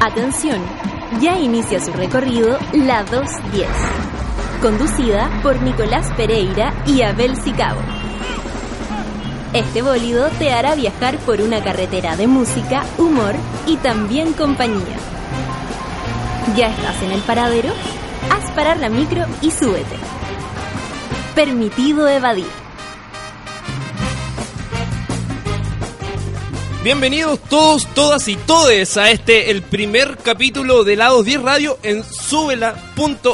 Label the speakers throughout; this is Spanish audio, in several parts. Speaker 1: Atención, ya inicia su recorrido la 210, conducida por Nicolás Pereira y Abel Sicabo. Este bólido te hará viajar por una carretera de música, humor y también compañía. ¿Ya estás en el paradero? Haz parar la micro y súbete. Permitido evadir.
Speaker 2: Bienvenidos todos, todas y todes a este, el primer capítulo de Lados 10 Radio en subela.cl.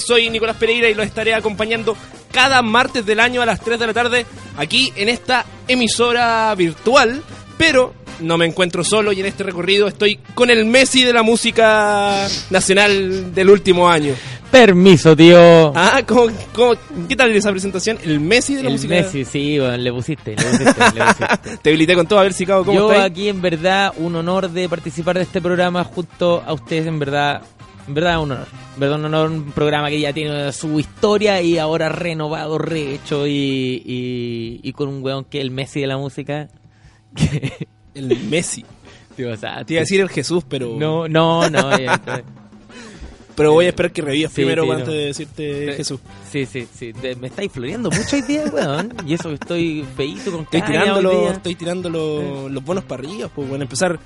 Speaker 2: Soy Nicolás Pereira y los estaré acompañando cada martes del año a las 3 de la tarde aquí en esta emisora virtual. Pero no me encuentro solo y en este recorrido estoy con el Messi de la música nacional del último año.
Speaker 3: Permiso, tío.
Speaker 2: Ah, ¿cómo- cómo- qué tal esa presentación? El Messi de la
Speaker 3: el
Speaker 2: música.
Speaker 3: Messi, sí, bueno, le pusiste, le pusiste, le pusiste.
Speaker 2: Te habilité con todo, a ver si cabo, ¿cómo
Speaker 3: Yo
Speaker 2: estás?
Speaker 3: aquí en verdad un honor de participar de este programa junto a ustedes, en verdad, en verdad un honor. En verdad un honor, un programa que ya tiene su historia y ahora renovado, rehecho y, y, y con un weón que es el Messi de la música. Que,
Speaker 2: El Messi.
Speaker 3: tío, o sea,
Speaker 2: Te iba a decir el Jesús, pero.
Speaker 3: No, no, no. ya está.
Speaker 2: Pero voy a esperar que revivas
Speaker 3: Sí,
Speaker 2: primero
Speaker 3: sí,
Speaker 2: antes
Speaker 3: no.
Speaker 2: de decirte
Speaker 3: Eh,
Speaker 2: Jesús.
Speaker 3: Sí, sí, sí. Te- me estáis floreando mucho hoy día, weón. Y eso que estoy feíto con
Speaker 2: Estoy
Speaker 3: caña
Speaker 2: tirando,
Speaker 3: hoy
Speaker 2: los,
Speaker 3: día.
Speaker 2: estoy tirando los, los buenos parrillos, pues bueno, empezar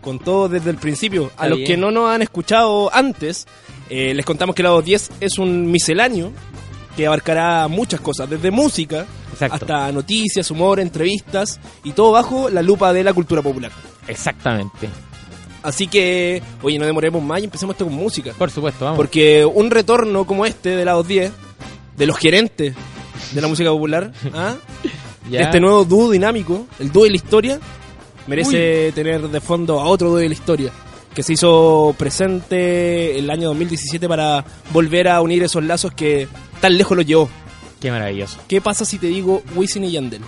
Speaker 2: con todo desde el principio. A
Speaker 3: Está
Speaker 2: los
Speaker 3: bien.
Speaker 2: que no nos han escuchado antes, eh, les contamos que Lado 10 es un misceláneo que abarcará muchas cosas, desde música
Speaker 3: Exacto.
Speaker 2: hasta noticias, humor, entrevistas y todo bajo la lupa de la cultura popular.
Speaker 3: Exactamente.
Speaker 2: Así que, oye, no demoremos más y empecemos esto con música.
Speaker 3: Por supuesto, vamos.
Speaker 2: Porque un retorno como este de Lados 10, de los gerentes de la música popular, ¿ah?
Speaker 3: Ya.
Speaker 2: Este nuevo dúo dinámico, el dúo de la historia, merece tener de fondo a otro dúo de la historia, que se hizo presente el año 2017 para volver a unir esos lazos que tan lejos los llevó.
Speaker 3: Qué maravilloso.
Speaker 2: ¿Qué pasa si te digo Wisin y Yandel?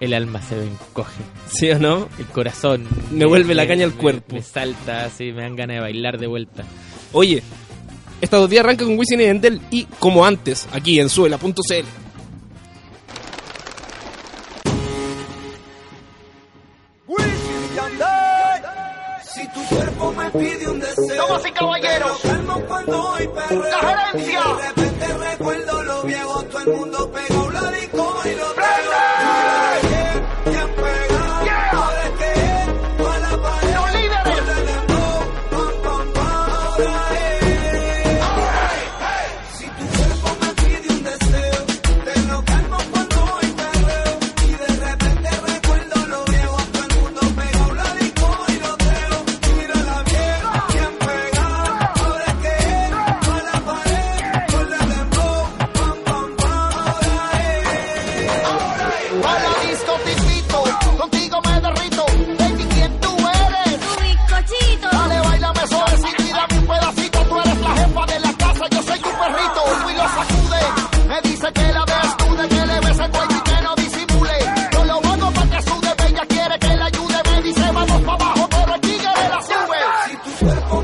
Speaker 3: El alma se me encoge.
Speaker 2: ¿Sí o no?
Speaker 3: El corazón.
Speaker 2: Me vuelve la caña al
Speaker 3: me-
Speaker 2: cuerpo.
Speaker 3: Me salta, así me dan ganas de bailar de vuelta.
Speaker 2: Oye, esta dos días arranca con Wisin y Yandel y, como antes, aquí en suela.cl.
Speaker 4: Wisin y Yandel. Si tu cuerpo me pide un deseo.
Speaker 5: Damas y caballeros.
Speaker 4: te lo calmo cuando hoy perreo.
Speaker 5: La gerencia.
Speaker 4: De repente recuerdo lo viejo. Todo el mundo pega un ladico y lo
Speaker 5: Yeah. Los líderes. A la disco te invito, contigo me derrito. Baby, ¿quién tú eres?
Speaker 6: tu bizcochito.
Speaker 5: Dale, bailame suavecito y dame un pedacito. Tú eres la jefa de la casa, yo soy tu perrito. Tú y lo sacude, me dice que la desnude, que le bese el cuello y que no disimule. Yo lo hago para que sude, ella quiere que la ayude. Me dice vamos para abajo, pero el tigre la sube.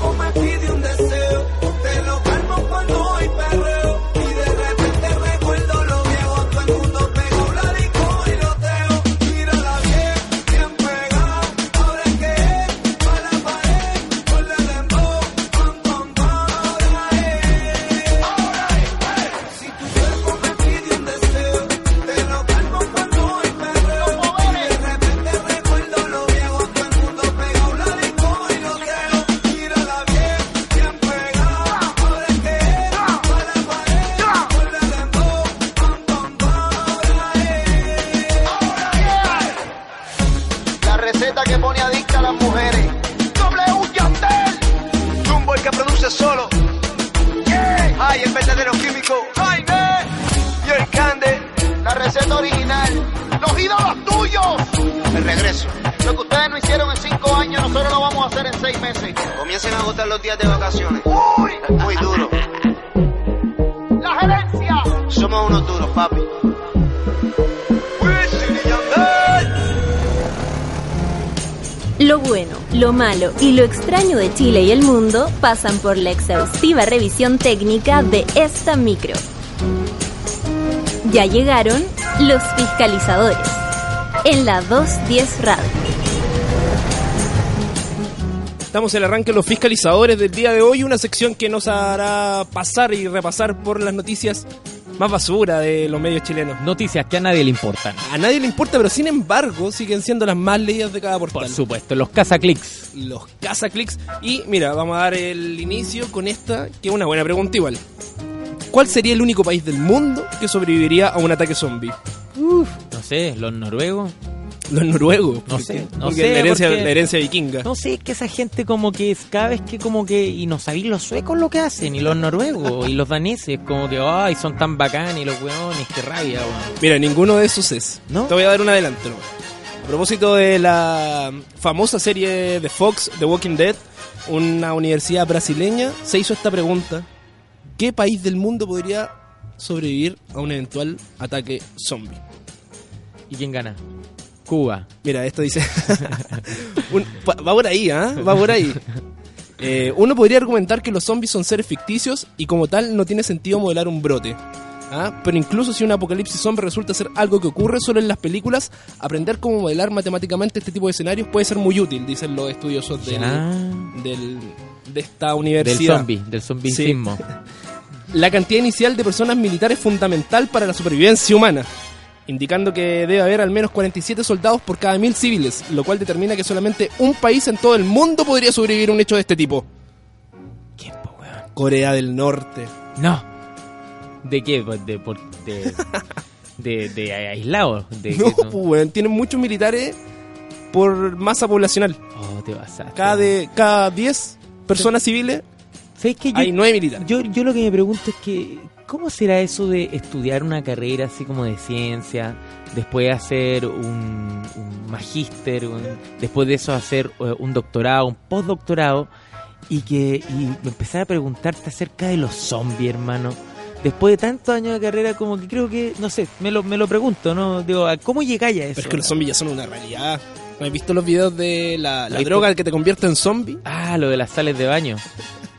Speaker 4: Cuerpo
Speaker 5: este
Speaker 4: me sigue.
Speaker 5: año, nosotros lo vamos a hacer en seis meses.
Speaker 6: Comiencen a agotar los días de vacaciones.
Speaker 5: ¡Uy!
Speaker 6: Muy duro.
Speaker 5: ¡La gerencia!
Speaker 6: Somos unos duros, papi.
Speaker 4: Wisin y Yandel,
Speaker 1: Lo bueno, lo malo y lo extraño de Chile y el mundo pasan por la exhaustiva revisión técnica de esta micro. Ya llegaron los fiscalizadores en la 210 Radio.
Speaker 2: Estamos en el arranque de los fiscalizadores del día de hoy, una sección que nos hará pasar y repasar por las noticias más basura de los medios chilenos.
Speaker 3: Noticias que a nadie le importan.
Speaker 2: A nadie le importa, pero sin embargo siguen siendo las más leídas de cada portal.
Speaker 3: Por supuesto, los cazaclics.
Speaker 2: los cazaclics. Y mira, vamos a dar el inicio con esta, que es una buena pregunta igual. ¿Cuál sería el único país del mundo que sobreviviría a un ataque zombie?
Speaker 3: No sé, los noruegos.
Speaker 2: Los noruegos.
Speaker 3: No
Speaker 2: porque-
Speaker 3: sé, no
Speaker 2: porque
Speaker 3: sé,
Speaker 2: La herencia,
Speaker 3: porque-
Speaker 2: la herencia vikinga.
Speaker 3: No sé, es que esa gente como que es- cada vez que como que... Y no sabéis los suecos lo que hacen, y los noruegos, y los daneses. Como que, ay, son tan bacanes, y los weones, qué rabia, weón.
Speaker 2: Mira, ninguno de esos es.
Speaker 3: ¿No?
Speaker 2: Te voy a dar un adelanto. nomás. A propósito de la famosa serie de Fox, The Walking Dead, una universidad brasileña se hizo esta pregunta. ¿Qué país del mundo podría sobrevivir a un eventual ataque zombie?
Speaker 3: ¿Y quién gana? Cuba.
Speaker 2: Mira, esto dice. Un- pa- va por ahí, ¿ah? Va por ahí. Eh, uno podría argumentar que los zombies son seres ficticios y, como tal, no tiene sentido modelar un brote. ¿ah? Pero incluso si un apocalipsis zombie resulta ser algo que ocurre solo en las películas, aprender cómo modelar matemáticamente este tipo de escenarios puede ser muy útil, dicen los estudiosos del,
Speaker 3: Ya.
Speaker 2: del- de esta
Speaker 3: Del
Speaker 2: universidad.
Speaker 3: zombie, del zombicismo.
Speaker 2: La cantidad inicial de personas militares es fundamental para la supervivencia humana, indicando que debe haber al menos 47 soldados por cada mil civiles, lo cual determina que solamente un país en todo el mundo podría sobrevivir a un hecho de este tipo.
Speaker 3: ¿Quién, po, weón?
Speaker 2: Corea del Norte.
Speaker 3: No. ¿De qué? Pues De, por- de, de, de aislados. De,
Speaker 2: No,
Speaker 3: que-
Speaker 2: pues, weón, tienen muchos militares por masa poblacional.
Speaker 3: Oh, te pasaste.
Speaker 2: Cada, de, cada 10 personas civiles
Speaker 3: ¿Sabes qué? Yo,
Speaker 2: hay 9 militares.
Speaker 3: yo, yo lo que me pregunto es que, ¿cómo será eso de estudiar una carrera así como de ciencia, después hacer un, un magíster, un- después de eso hacer eh, un doctorado, un postdoctorado, y que y empezar a preguntarte acerca de los zombies, hermano? Después de tantos años de carrera, como que creo que, no sé, me lo, me lo pregunto, ¿no? Digo, ¿a ¿cómo llegáis a eso?
Speaker 2: Pero es que los zombies ya son una realidad. ¿No has visto los videos de la, la
Speaker 3: Ahí
Speaker 2: droga que te convierte en zombie?
Speaker 3: Ah, lo de las sales de baño.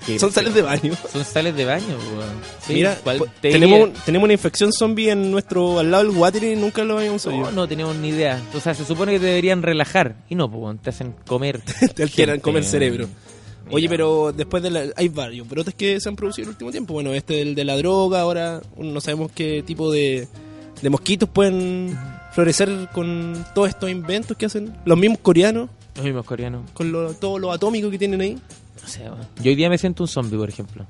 Speaker 3: Que-
Speaker 2: Son sales de baño.
Speaker 3: Son sales de baño, weón. Sí,
Speaker 2: Mira,
Speaker 3: cual-
Speaker 2: po-
Speaker 3: te
Speaker 2: tenemos,
Speaker 3: diría-
Speaker 2: un- tenemos una infección zombie en nuestro al lado del water y nunca lo habíamos
Speaker 3: No,
Speaker 2: oído.
Speaker 3: no tenemos ni idea. O sea, se supone que te deberían relajar. Y no, pues, weón, te hacen comer.
Speaker 2: Te alteran
Speaker 3: Gente,
Speaker 2: comer cerebro. Oye,
Speaker 3: mira.
Speaker 2: pero después de la, hay varios brotes que se han producido en el último tiempo. Bueno, este del de la droga, ahora no sabemos qué tipo de, de mosquitos pueden florecer con todos estos inventos que hacen los mismos coreanos,
Speaker 3: Los mismos coreanos.
Speaker 2: con lo- todo lo atómico que tienen ahí.
Speaker 3: No sé, weón. Yo hoy día me siento un zombie, por ejemplo.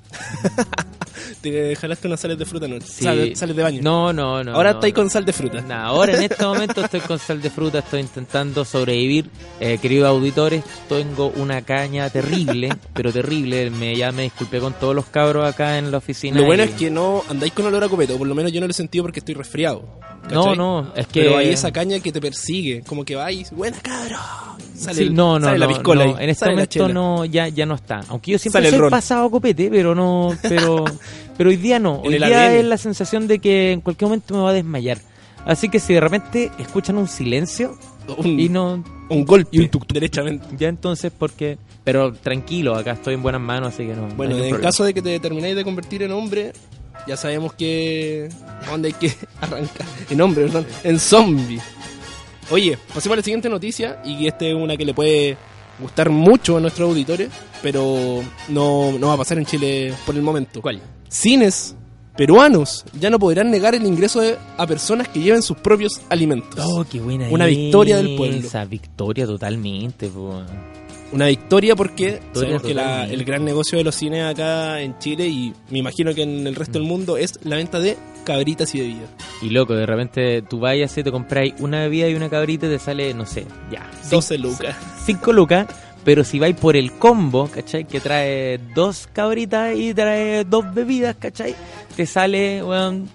Speaker 2: Te jalaste unas sales de fruta, ¿no?
Speaker 3: Sí.
Speaker 2: Sales, sales de baño.
Speaker 3: No, no, no.
Speaker 2: ahora
Speaker 3: no,
Speaker 2: estáis
Speaker 3: no.
Speaker 2: con sal de fruta.
Speaker 3: Nah, ahora en este momento estoy con sal de fruta, estoy intentando sobrevivir. Eh, queridos auditores, tengo una caña terrible, pero terrible. Me, ya me disculpé con todos los cabros acá en la oficina.
Speaker 2: Lo bueno
Speaker 3: y-
Speaker 2: es que no andáis con olor a copeto, por lo menos yo no lo he sentido porque estoy resfriado. ¿cachai?
Speaker 3: No, no, es que...
Speaker 2: Pero hay esa caña que te persigue, como que vais, buena cabrón. Sale,
Speaker 3: Sí,
Speaker 2: el-
Speaker 3: no, no,
Speaker 2: sale la
Speaker 3: no,
Speaker 2: piscola
Speaker 3: no,
Speaker 2: ahí,
Speaker 3: en este
Speaker 2: sale la
Speaker 3: momento
Speaker 2: chela.
Speaker 3: no, ya, ya no está. Aunque yo siempre
Speaker 2: Sale el
Speaker 3: soy
Speaker 2: ron.
Speaker 3: pasado a copete, pero no, pero, pero hoy día no.
Speaker 2: En
Speaker 3: Hoy
Speaker 2: el
Speaker 3: día
Speaker 2: ADN.
Speaker 3: es la sensación de que en cualquier momento me va a desmayar. Así que si de repente escuchan un silencio
Speaker 2: Un,
Speaker 3: y no,
Speaker 2: un golpe,
Speaker 3: y un
Speaker 2: derechamente.
Speaker 3: ya entonces porque, pero tranquilo, acá estoy en buenas manos, así que no. no
Speaker 2: Bueno,
Speaker 3: hay
Speaker 2: en
Speaker 3: problema.
Speaker 2: caso de que te terminéis de convertir en hombre, ya sabemos que. a ¿Dónde hay que arrancar? En hombre, perdón, en zombie. Oye, pasemos a la siguiente noticia, y esta es una que le puede gustar mucho a nuestros auditores, pero no, no va a pasar en Chile por el momento.
Speaker 3: ¿Cuál?
Speaker 2: cines peruanos ya no podrán negar el ingreso de- a personas que lleven sus propios alimentos.
Speaker 3: Oh, qué buena
Speaker 2: Una victoria del pueblo.
Speaker 3: Esa victoria totalmente, po.
Speaker 2: Una victoria porque
Speaker 3: Victoria
Speaker 2: sabemos que la-
Speaker 3: totalmente.
Speaker 2: el gran negocio de los cines acá en Chile y me imagino que en el resto del
Speaker 3: Mm.
Speaker 2: mundo es la venta de cabritas y bebidas.
Speaker 3: Y loco, de repente tú vayas y te compráis una bebida y una cabrita y te sale, no sé, ya,
Speaker 2: 12 lucas.
Speaker 3: 5 lucas, pero si vais por el combo, ¿cachai? Que trae dos cabritas y trae dos bebidas, ¿cachai? Te sale, weón,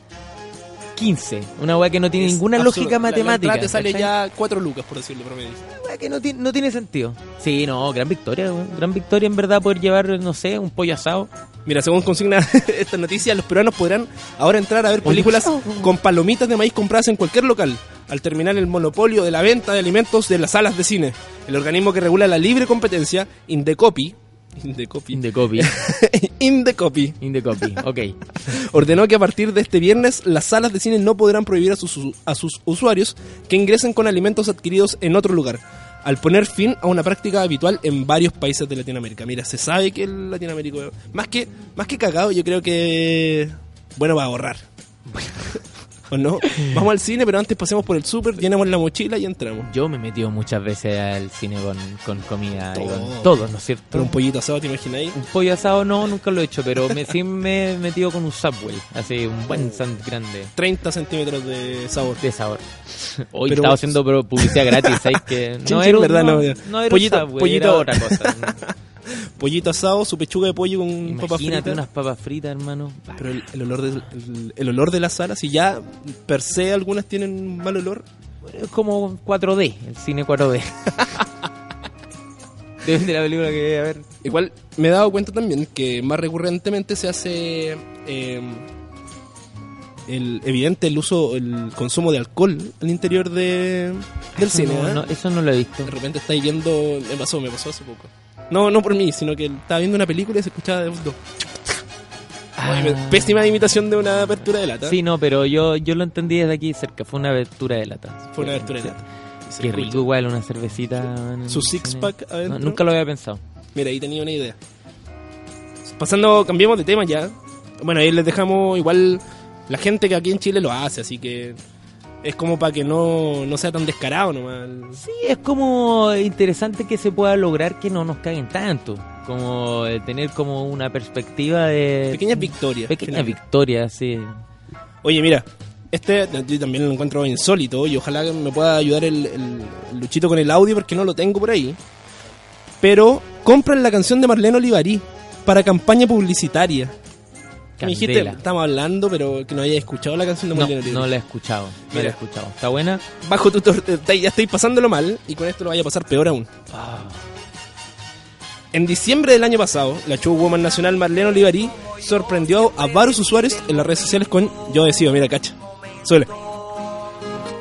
Speaker 3: 15. Una weá que no tiene
Speaker 2: Es
Speaker 3: ninguna
Speaker 2: absurdo.
Speaker 3: lógica
Speaker 2: La- la
Speaker 3: matemática.
Speaker 2: entrada te sale
Speaker 3: ¿cachai?
Speaker 2: ya 4 lucas, por decirlo promedio.
Speaker 3: weá que no, ti- no tiene sentido. Sí, no, gran victoria, weón. gran victoria en verdad poder llevar, no sé, un pollo asado.
Speaker 2: Mira, según consigna esta noticia, los peruanos podrán ahora entrar a ver películas
Speaker 3: Oh.
Speaker 2: con palomitas de maíz compradas en cualquier local, al terminar el monopolio de la venta de alimentos de las salas de cine. El organismo que regula la libre competencia, Indecopi, Indecopi,
Speaker 3: In the copy.
Speaker 2: Indecopi,
Speaker 3: In the copy, ok.
Speaker 2: ordenó que a partir de este viernes las salas de cine no podrán prohibir a sus, a sus usuarios que ingresen con alimentos adquiridos en otro lugar, al poner fin a una práctica habitual en varios países de Latinoamérica. Mira, se sabe que el latinoamericano, más que, más que cagado, yo creo que, bueno, va a ahorrar. ¿O no? Vamos al cine, pero antes pasemos por el súper, llenamos la mochila y entramos.
Speaker 3: Yo me he metido muchas veces al cine con, con comida y
Speaker 2: Todo.
Speaker 3: con todo, ¿no es cierto?
Speaker 2: Pero un pollito asado, ¿te imagináis?
Speaker 3: Un pollo asado no, nunca lo he hecho, pero me, sí me he metido con un Subway, así un buen sand grande
Speaker 2: 30 centímetros de sabor.
Speaker 3: de sabor. Hoy
Speaker 2: Pero-
Speaker 3: estaba haciendo pro- publicidad gratis, ¿sabes? Que
Speaker 2: Chin,
Speaker 3: no
Speaker 2: chin,
Speaker 3: era, un-
Speaker 2: verdad, no,
Speaker 3: no,
Speaker 2: ya.
Speaker 3: no era
Speaker 2: Pollito-
Speaker 3: un Subway,
Speaker 2: pollito-
Speaker 3: era otra cosa.
Speaker 2: Pollito asado, su pechuga de pollo con papas fritas.
Speaker 3: Imagínate unas papas fritas, hermano.
Speaker 2: Pero el, el olor de, el, el olor de la sala, si ya per se algunas tienen mal olor,
Speaker 3: Es como 4D, el cine 4D. Depende de la película que voy a ver.
Speaker 2: igual me he dado cuenta también que más recurrentemente se hace eh, el evidente el uso, el consumo de alcohol al interior de, del
Speaker 3: Eso
Speaker 2: cine.
Speaker 3: no-
Speaker 2: ¿eh?
Speaker 3: no, eso no lo he visto.
Speaker 2: De repente estáis viendo, me pasó, me pasó hace poco. No, no por mí, sino que estaba viendo una película y se escuchaba de fondo. Oye,
Speaker 3: Ah.
Speaker 2: Pésima imitación de una apertura de lata.
Speaker 3: Sí, no, pero yo, yo lo entendí desde aquí cerca. Fue una abertura de lata.
Speaker 2: Fue una apertura de lata. Se
Speaker 3: Qué
Speaker 2: escucha.
Speaker 3: rico, igual, una cervecita. en el
Speaker 2: Su six
Speaker 3: cine.
Speaker 2: pack adentro.
Speaker 3: No, nunca lo había pensado.
Speaker 2: Mira, ahí tenía una idea. Pasando, cambiamos de tema ya. Bueno, ahí les dejamos igual la gente que aquí en Chile lo hace, así que es como para que no, no sea tan descarado nomás.
Speaker 3: Sí, es como interesante que se pueda lograr que no nos caguen tanto. Como eh, tener como una perspectiva de.
Speaker 2: Pequeñas victorias.
Speaker 3: Pequeñas
Speaker 2: Final.
Speaker 3: victorias, sí.
Speaker 2: Oye, mira, este yo también lo encuentro insólito y ojalá que me pueda ayudar el, el- el Luchito con el audio porque no lo tengo por ahí. Pero compran la canción de Marlene Olivarí para campaña publicitaria. Me dijiste,
Speaker 3: Candela.
Speaker 2: estamos hablando, pero que no hayas escuchado la canción de
Speaker 3: No,
Speaker 2: Marlene Olivarí.
Speaker 3: no la he escuchado. No la
Speaker 2: Mira.
Speaker 3: he escuchado. ¿Está buena?
Speaker 2: bajo tu tor- eh, ya estoy pasándolo mal y con esto lo vaya a pasar peor aún.
Speaker 3: Ah,
Speaker 2: En diciembre del año pasado, la showwoman nacional Marlene Olivarí sorprendió a varios usuarios en las redes sociales con Yo decido, mira, cacha. Suele.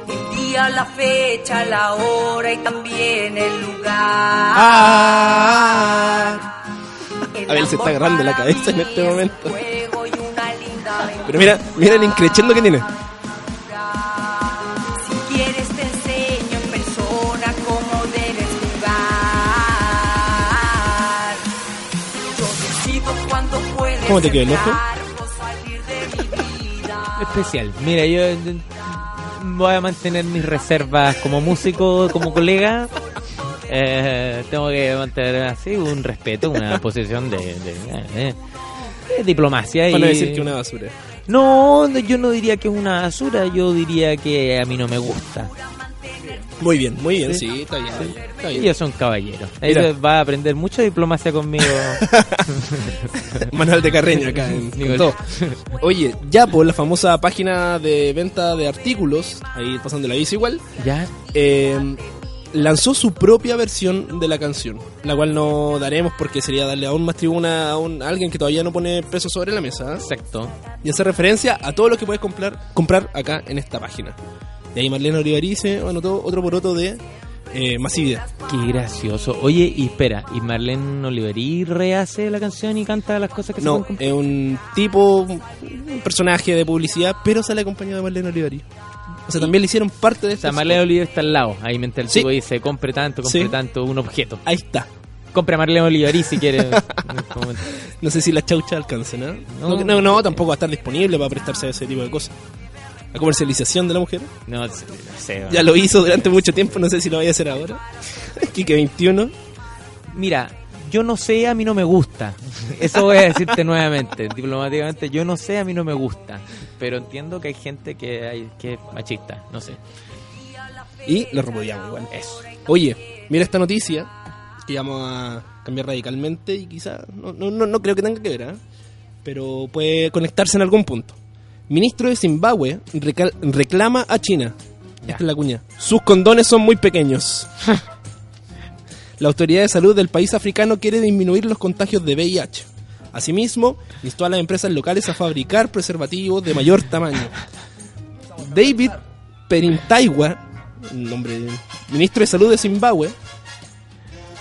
Speaker 7: El día, la fecha, la hora y también el lugar.
Speaker 2: Ah, A ver, se está agarrando la cabeza en este momento.
Speaker 7: Pero
Speaker 2: Pero mira, mira el increchendo que tiene.
Speaker 7: Si quieres te enseño en persona cómo debes jugar. Yo decido cuándo puedes
Speaker 2: ¿Cómo te quedó el ojo?
Speaker 7: entrar o salir de mi vida.
Speaker 3: especial. Mira, yo eh, voy a mantener mis reservas como músico, como colega. Eh, tengo que mantener así un respeto, una posición de, de- eh, de diplomacia.
Speaker 2: Para no
Speaker 3: y-
Speaker 2: decir que una basura.
Speaker 3: No, no, yo no diría que es una basura, yo diría que a mí no me gusta.
Speaker 2: Muy bien, muy bien, sí, este. está bien. Está bien.
Speaker 3: Ellos son caballeros.
Speaker 2: Mira.
Speaker 3: Ellos va a aprender mucha diplomacia conmigo.
Speaker 2: Manuel de Carreño acá en con
Speaker 3: Nivel.
Speaker 2: todo. Oye, ya por la famosa página de venta de artículos, ahí pasando la bici igual,
Speaker 3: ¿Ya?
Speaker 2: eh, lanzó su propia versión de la canción, la cual no daremos porque sería darle aún más tribuna a, un- a alguien que todavía no pone peso sobre la mesa ¿eh?
Speaker 3: Exacto.
Speaker 2: y hace referencia a todo lo que puedes comprar, comprar acá en esta página. De ahí Marlene Olivarice anotó otro poroto de eh, masividad.
Speaker 3: Qué gracioso. Oye, y espera, ¿y Marlene Oliverí rehace la canción y canta las cosas que se
Speaker 2: No,
Speaker 3: pueden comprar?
Speaker 2: es un tipo, un personaje de publicidad, pero sale acompañado de Marlene Olivari. O sea, también le hicieron parte de este esta.
Speaker 3: O sea, Marlene Oliver está al lado. Ahí mientras el
Speaker 2: Sí.
Speaker 3: tipo dice, compre tanto, compre
Speaker 2: Sí.
Speaker 3: tanto, un objeto.
Speaker 2: Ahí está.
Speaker 3: Compre a Marlene Oliverí si quiere. Como-
Speaker 2: No sé si la chaucha alcance, ¿no? No,
Speaker 3: No.
Speaker 2: no, no, tampoco va a estar disponible para prestarse a ese tipo de cosas. La comercialización de la mujer
Speaker 3: no, no sé.
Speaker 2: ya lo hizo durante mucho tiempo, no sé si lo vaya a hacer ahora. Kike 21.
Speaker 3: Mira, yo no sé, a mí no me gusta. Eso voy a decirte nuevamente, diplomáticamente, yo no sé, a mí no me gusta. Pero entiendo que hay gente que, hay, que es machista, no sé.
Speaker 2: Y lo repudiamos igual.
Speaker 3: Eso.
Speaker 2: Oye, mira esta noticia que vamos a cambiar radicalmente ¿eh? y quizá no, no, no, no creo que tenga que ver, ¿ah? pero puede conectarse en algún punto. Ministro de Zimbabue recal- reclama a China. Esta es la cuña. Sus condones son muy pequeños. la Autoridad de Salud del país africano quiere disminuir los contagios de VIH. Asimismo, instó a las empresas locales a fabricar preservativos de mayor tamaño. David Perintaiwa, nombre, ministro de Salud de Zimbabue,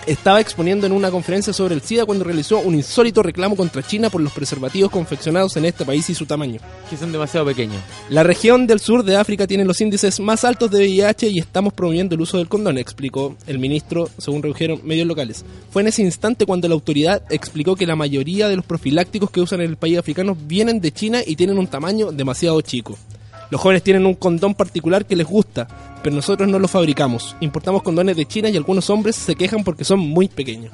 Speaker 2: estaba exponiendo en una conferencia sobre el SIDA cuando realizó un insólito reclamo contra China por los preservativos confeccionados en este país y su tamaño.
Speaker 3: Que son demasiado pequeños.
Speaker 2: La región del sur de África tiene los índices más altos de VIH y estamos promoviendo el uso del condón, explicó el ministro, según redujeron medios locales. Fue en ese instante cuando la autoridad explicó que la mayoría de los profilácticos que usan en el país africano vienen de China y tienen un tamaño demasiado chico. Los jóvenes tienen un condón particular que les gusta, pero nosotros no lo fabricamos. Importamos condones de China y algunos hombres se quejan porque son muy pequeños.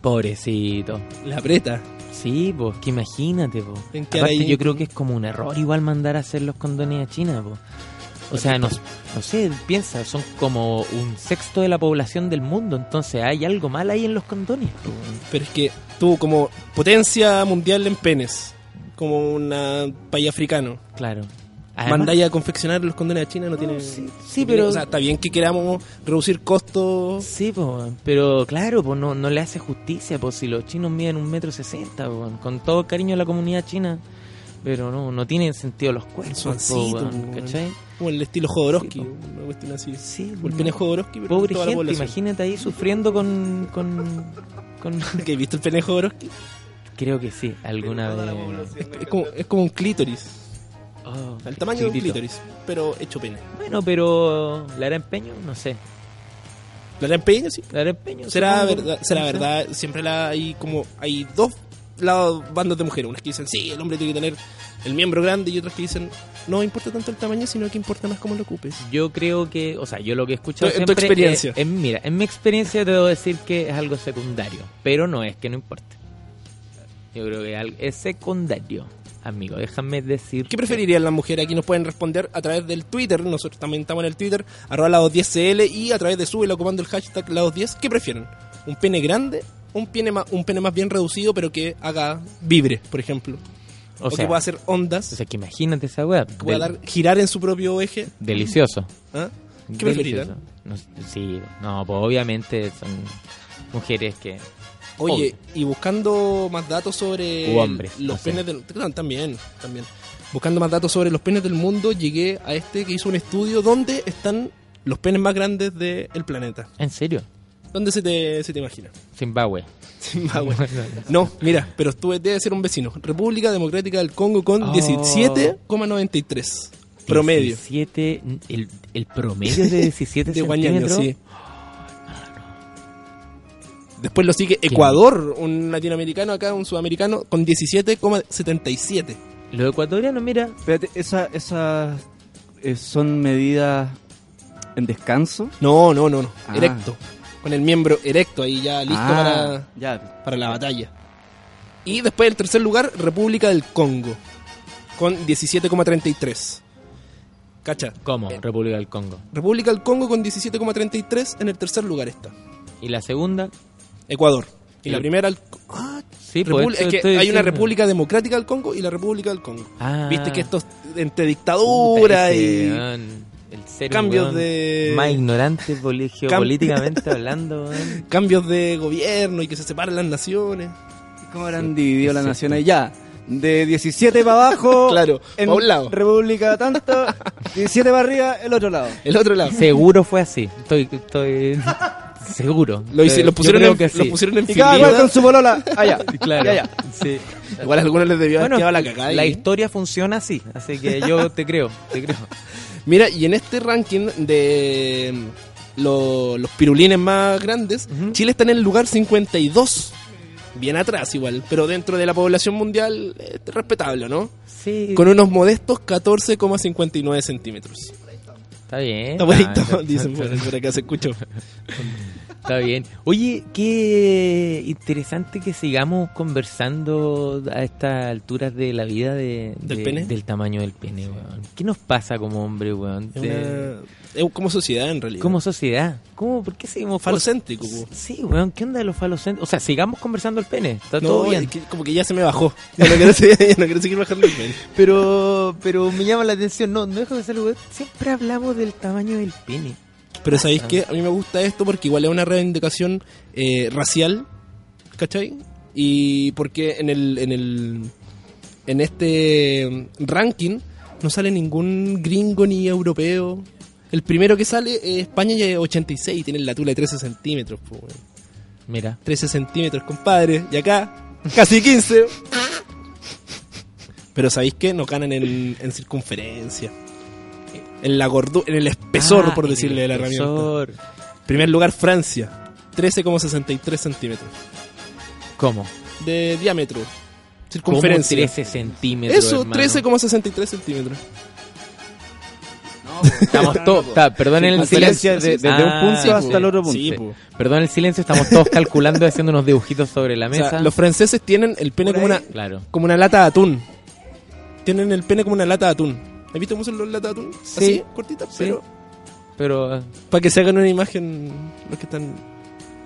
Speaker 3: Pobrecito.
Speaker 2: La preta.
Speaker 3: Sí, pues, que imagínate, pues.
Speaker 2: Ven que ahora
Speaker 3: Aparte,
Speaker 2: hay-
Speaker 3: yo creo que es como un error igual mandar a hacer los condones a China, pues. O sea, no, no sé, piensa, son como un sexto de la población del mundo, entonces hay algo mal ahí en los condones, po.
Speaker 2: Pero es que tuvo como potencia mundial en penes, como un ah, país africano.
Speaker 3: Claro. Además-
Speaker 2: Mandáis a confeccionar los condones a China, no tiene.
Speaker 3: sí,
Speaker 2: no
Speaker 3: sí,
Speaker 2: tiene-
Speaker 3: pero-
Speaker 2: O sea, está bien que queramos reducir costos.
Speaker 3: Sí, po, pero claro, pues no, no le hace justicia, pues si los chinos miden un metro sesenta, po, con todo cariño a la comunidad china, pero no, no tienen sentido los cuerpos, po,
Speaker 2: Suavecito,
Speaker 3: weón,
Speaker 2: po,
Speaker 3: ¿cachai?
Speaker 2: Como el estilo Jodorowsky,
Speaker 3: Sí,
Speaker 2: una cuestión así.
Speaker 3: Sí,
Speaker 2: O el pene Jodorowsky, pero
Speaker 3: Pobre
Speaker 2: toda la
Speaker 3: gente,
Speaker 2: población.
Speaker 3: imagínate ahí sufriendo con... con, con-
Speaker 2: ¿Que ¿Has visto el pene Jodorowsky?
Speaker 3: Creo que sí, alguna vez.
Speaker 2: Es, es como, es como un clítoris,
Speaker 3: Oh,
Speaker 2: al tamaño de un
Speaker 3: chiquitito.
Speaker 2: clítoris, pero hecho pene.
Speaker 3: Bueno, pero ¿la hará empeño? No sé.
Speaker 2: ¿La gran peña, sí?
Speaker 3: ¿La hará empeño?
Speaker 2: Será
Speaker 3: Supongo.
Speaker 2: verdad, será
Speaker 3: No sé.
Speaker 2: verdad. Siempre la, hay como hay dos lados, bandos de mujeres. Unas que dicen, sí, el hombre tiene que tener el miembro grande y otras que dicen, no importa tanto el tamaño, sino que importa más cómo lo ocupes.
Speaker 3: Yo creo que, o sea, yo lo que he escuchado
Speaker 2: En tu
Speaker 3: siempre
Speaker 2: experiencia.
Speaker 3: es- en- mira, en mi experiencia te debo decir que es algo secundario, pero no es que no importe. Yo creo que al- es secundario, amigo. Déjame decir.
Speaker 2: ¿Qué preferirían las mujeres? Aquí nos pueden responder a través del Twitter. Nosotros también estamos en el Twitter, arroba lados 10CL y a través de súbelo comando el hashtag lados 10. ¿Qué prefieren? ¿Un pene grande? Un pene, más, un pene más bien reducido, pero que haga vibre, por ejemplo. O,
Speaker 3: O sea,
Speaker 2: que pueda hacer ondas,
Speaker 3: o sea, que imagínate esa weá.
Speaker 2: que pueda
Speaker 3: Del-
Speaker 2: dar, girar en su propio eje.
Speaker 3: Delicioso.
Speaker 2: ¿Ah? ¿Qué
Speaker 3: delicioso.
Speaker 2: preferirían?
Speaker 3: No, sí, no, pues obviamente son mujeres que.
Speaker 2: Oye, y buscando más datos sobre
Speaker 3: U hombre,
Speaker 2: el- los
Speaker 3: no sé.
Speaker 2: penes del claro, también, también. Buscando más datos sobre los penes del mundo, llegué a este que hizo un estudio donde están los penes más grandes del planeta.
Speaker 3: ¿En serio?
Speaker 2: ¿Dónde se te, se te imagina?
Speaker 3: Zimbabue.
Speaker 2: Zimbabue. No, mira, pero estuve, debe ser un vecino. República Democrática del Congo con
Speaker 8: Oh.
Speaker 2: 17,93 promedio
Speaker 3: 17, el, el promedio de 17
Speaker 2: de guañaño,
Speaker 3: centímetros.
Speaker 2: sí.
Speaker 8: Ah,
Speaker 2: Después lo sigue Ecuador, un latinoamericano acá, un sudamericano, con 17,77.
Speaker 3: Los ecuatorianos, mira,
Speaker 8: Espérate, esa- esas eh, son medidas en descanso.
Speaker 2: No, no, no, no.
Speaker 8: Ah.
Speaker 2: Erecto. Con el miembro erecto ahí ya listo
Speaker 8: Ah,
Speaker 2: para,
Speaker 8: Ya,
Speaker 2: para la batalla. Y después el tercer lugar, República del Congo. Con 17,33. Cacha.
Speaker 3: ¿cómo?
Speaker 2: Eh.
Speaker 3: República del Congo.
Speaker 2: República del Congo con 17,33. En el tercer lugar está.
Speaker 3: Y la segunda,
Speaker 2: Ecuador. Y la
Speaker 3: Sí.
Speaker 2: primera... el- Ah,
Speaker 3: sí,
Speaker 2: República-
Speaker 3: pues, esto
Speaker 2: es que hay
Speaker 3: estoy
Speaker 2: una
Speaker 3: diciendo.
Speaker 2: República Democrática del Congo y la República del Congo.
Speaker 3: Ah.
Speaker 2: Viste que esto es entre
Speaker 3: Puta,
Speaker 2: dictadura
Speaker 3: ese, ah.
Speaker 2: y...
Speaker 3: weón, el ser un
Speaker 2: cambios
Speaker 3: weón
Speaker 2: de-
Speaker 3: Más ignorante poli- geopolíticamente hablando, weón.
Speaker 2: Cambios de gobierno y que se separan las naciones.
Speaker 8: ¿cómo
Speaker 3: Sí,
Speaker 8: habrán dividido
Speaker 3: es
Speaker 8: las
Speaker 3: cierto.
Speaker 8: naciones? Ya, de 17 para abajo.
Speaker 2: Claro,
Speaker 8: en
Speaker 2: pa' un lado.
Speaker 8: República tanto, 17 para arriba, el otro lado.
Speaker 2: El otro lado.
Speaker 3: Seguro fue así. Estoy. estoy seguro.
Speaker 2: Lo, hice-
Speaker 3: Estoy-
Speaker 2: lo
Speaker 3: yo
Speaker 2: pusieron,
Speaker 3: creo
Speaker 2: en,
Speaker 3: que
Speaker 2: lo
Speaker 3: sí.
Speaker 2: pusieron en
Speaker 8: Y cada cual
Speaker 2: filiera.
Speaker 8: con su bolola. Allá.
Speaker 2: pues,
Speaker 3: Claro.
Speaker 8: y allá.
Speaker 3: Sí.
Speaker 2: Igual a algunos les debió haber
Speaker 3: Bueno,
Speaker 2: quedado la cagada.
Speaker 3: la,
Speaker 2: ahí.
Speaker 3: historia funciona así. Así que yo te creo. Te creo.
Speaker 2: Mira, y en este ranking de mm, lo- los pirulines más grandes,
Speaker 3: Ujú.
Speaker 2: Chile está en el lugar 52. Bien atrás igual, pero dentro de la población mundial eh, respetable, ¿no?
Speaker 3: Sí.
Speaker 2: Con unos modestos 14,59
Speaker 3: ¿Eh?
Speaker 2: centímetros.
Speaker 3: Está bien. Ah,
Speaker 2: Está bonito,
Speaker 3: está-
Speaker 2: dicen por, por acá se escuchó.
Speaker 3: Está bien. Oye, qué interesante que sigamos conversando a estas alturas de la vida de,
Speaker 2: ¿Del
Speaker 3: de-
Speaker 2: pene?
Speaker 3: del tamaño del pene, weón. ¿Qué nos pasa como hombre, weón?
Speaker 2: Es
Speaker 3: De-
Speaker 2: una- es como sociedad en realidad.
Speaker 3: Como sociedad. ¿Cómo, ¿Por qué seguimos
Speaker 2: Falocéntrico,
Speaker 3: cos-
Speaker 2: weón.
Speaker 3: Sí, weón, ¿qué onda de los falocéntricos? O sea, sigamos conversando el pene, está
Speaker 2: No,
Speaker 3: todo bien.
Speaker 2: es que como que ya se me bajó. Ya no quiero, seguir- ya no quiero seguir bajando el pene.
Speaker 3: Pero pero me llama la atención, no, no dejo de ser weón. Siempre hablamos del tamaño del pene. Ah,
Speaker 2: Pero ¿sabéis qué? A mí me gusta esto porque igual es una reivindicación eh, racial, ¿cachai? Y porque en el, en el en este ranking no sale ningún gringo ni europeo. El primero que sale es España y es 86, tienen la tula de 13 centímetros, po, weón.
Speaker 3: Mira.
Speaker 2: 13 centímetros, compadre. Y acá, casi 15. Pero ¿sabéis qué? No ganan en, en circunferencia. En la gordura, en el espesor,
Speaker 3: Ah,
Speaker 2: por
Speaker 3: en el
Speaker 2: decirle, de la herramienta.
Speaker 3: espesor.
Speaker 2: Primer lugar, Francia. 13,63 centímetros
Speaker 3: ¿Cómo?
Speaker 2: de diámetro.
Speaker 3: ¿Cómo
Speaker 2: Circunferencia.
Speaker 3: 13 centímetros.
Speaker 2: Eso,
Speaker 3: hermano?
Speaker 2: 13,63 centímetros.
Speaker 3: Estamos todos, Ah, está, perdón el silencio.
Speaker 8: Diferencia de- desde un punto
Speaker 3: po.
Speaker 8: hasta el otro punto.
Speaker 2: Sí, po. O
Speaker 3: Perdón el silencio, estamos todos calculando, haciendo unos dibujitos sobre la
Speaker 2: sea,
Speaker 3: mesa.
Speaker 2: los franceses tienen el pene
Speaker 8: Por
Speaker 2: como
Speaker 8: ahí.
Speaker 2: una,
Speaker 3: Claro.
Speaker 2: como una lata de atún. Tienen el pene como una lata de atún. ¿Has visto cómo son los latas de atún? Así, cortitas,
Speaker 3: Sí.
Speaker 2: pero
Speaker 3: Pero eh,
Speaker 2: Para que se hagan una imagen los que están...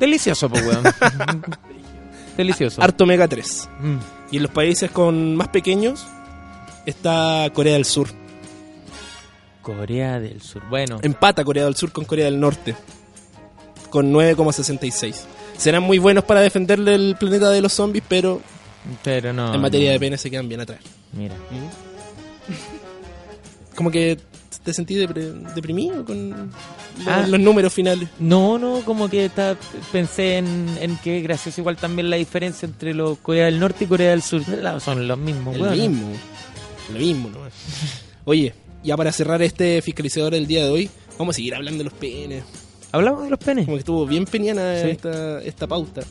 Speaker 3: delicioso, pues weón. delicioso.
Speaker 2: Harto Omega 3.
Speaker 3: Mm.
Speaker 2: Y en los países con más pequeños está Corea del Sur.
Speaker 3: Corea del Sur. Bueno,
Speaker 2: Empata Corea del Sur con Corea del Norte. Con 9,66. Serán muy buenos para defenderle el planeta de los zombies, pero
Speaker 3: pero no.
Speaker 2: en materia
Speaker 3: Ah,
Speaker 2: de
Speaker 3: no.
Speaker 2: pene se quedan bien atrás.
Speaker 3: Mira.
Speaker 2: Como que te sentís depre- deprimido con los,
Speaker 3: Ah.
Speaker 2: los números finales.
Speaker 3: No, no, como que está, pensé en, en que es gracioso igual también la diferencia entre los Corea del Norte y Corea del Sur. La- Son los mismos,
Speaker 2: El
Speaker 3: weón.
Speaker 2: mismo. Lo mismo, ¿no? Oye, ya para cerrar este fiscalizador del día de hoy, vamos a seguir hablando de los penes.
Speaker 3: Hablamos de los penes.
Speaker 2: como que estuvo bien peniana
Speaker 3: Sí.
Speaker 2: esta, esta pauta.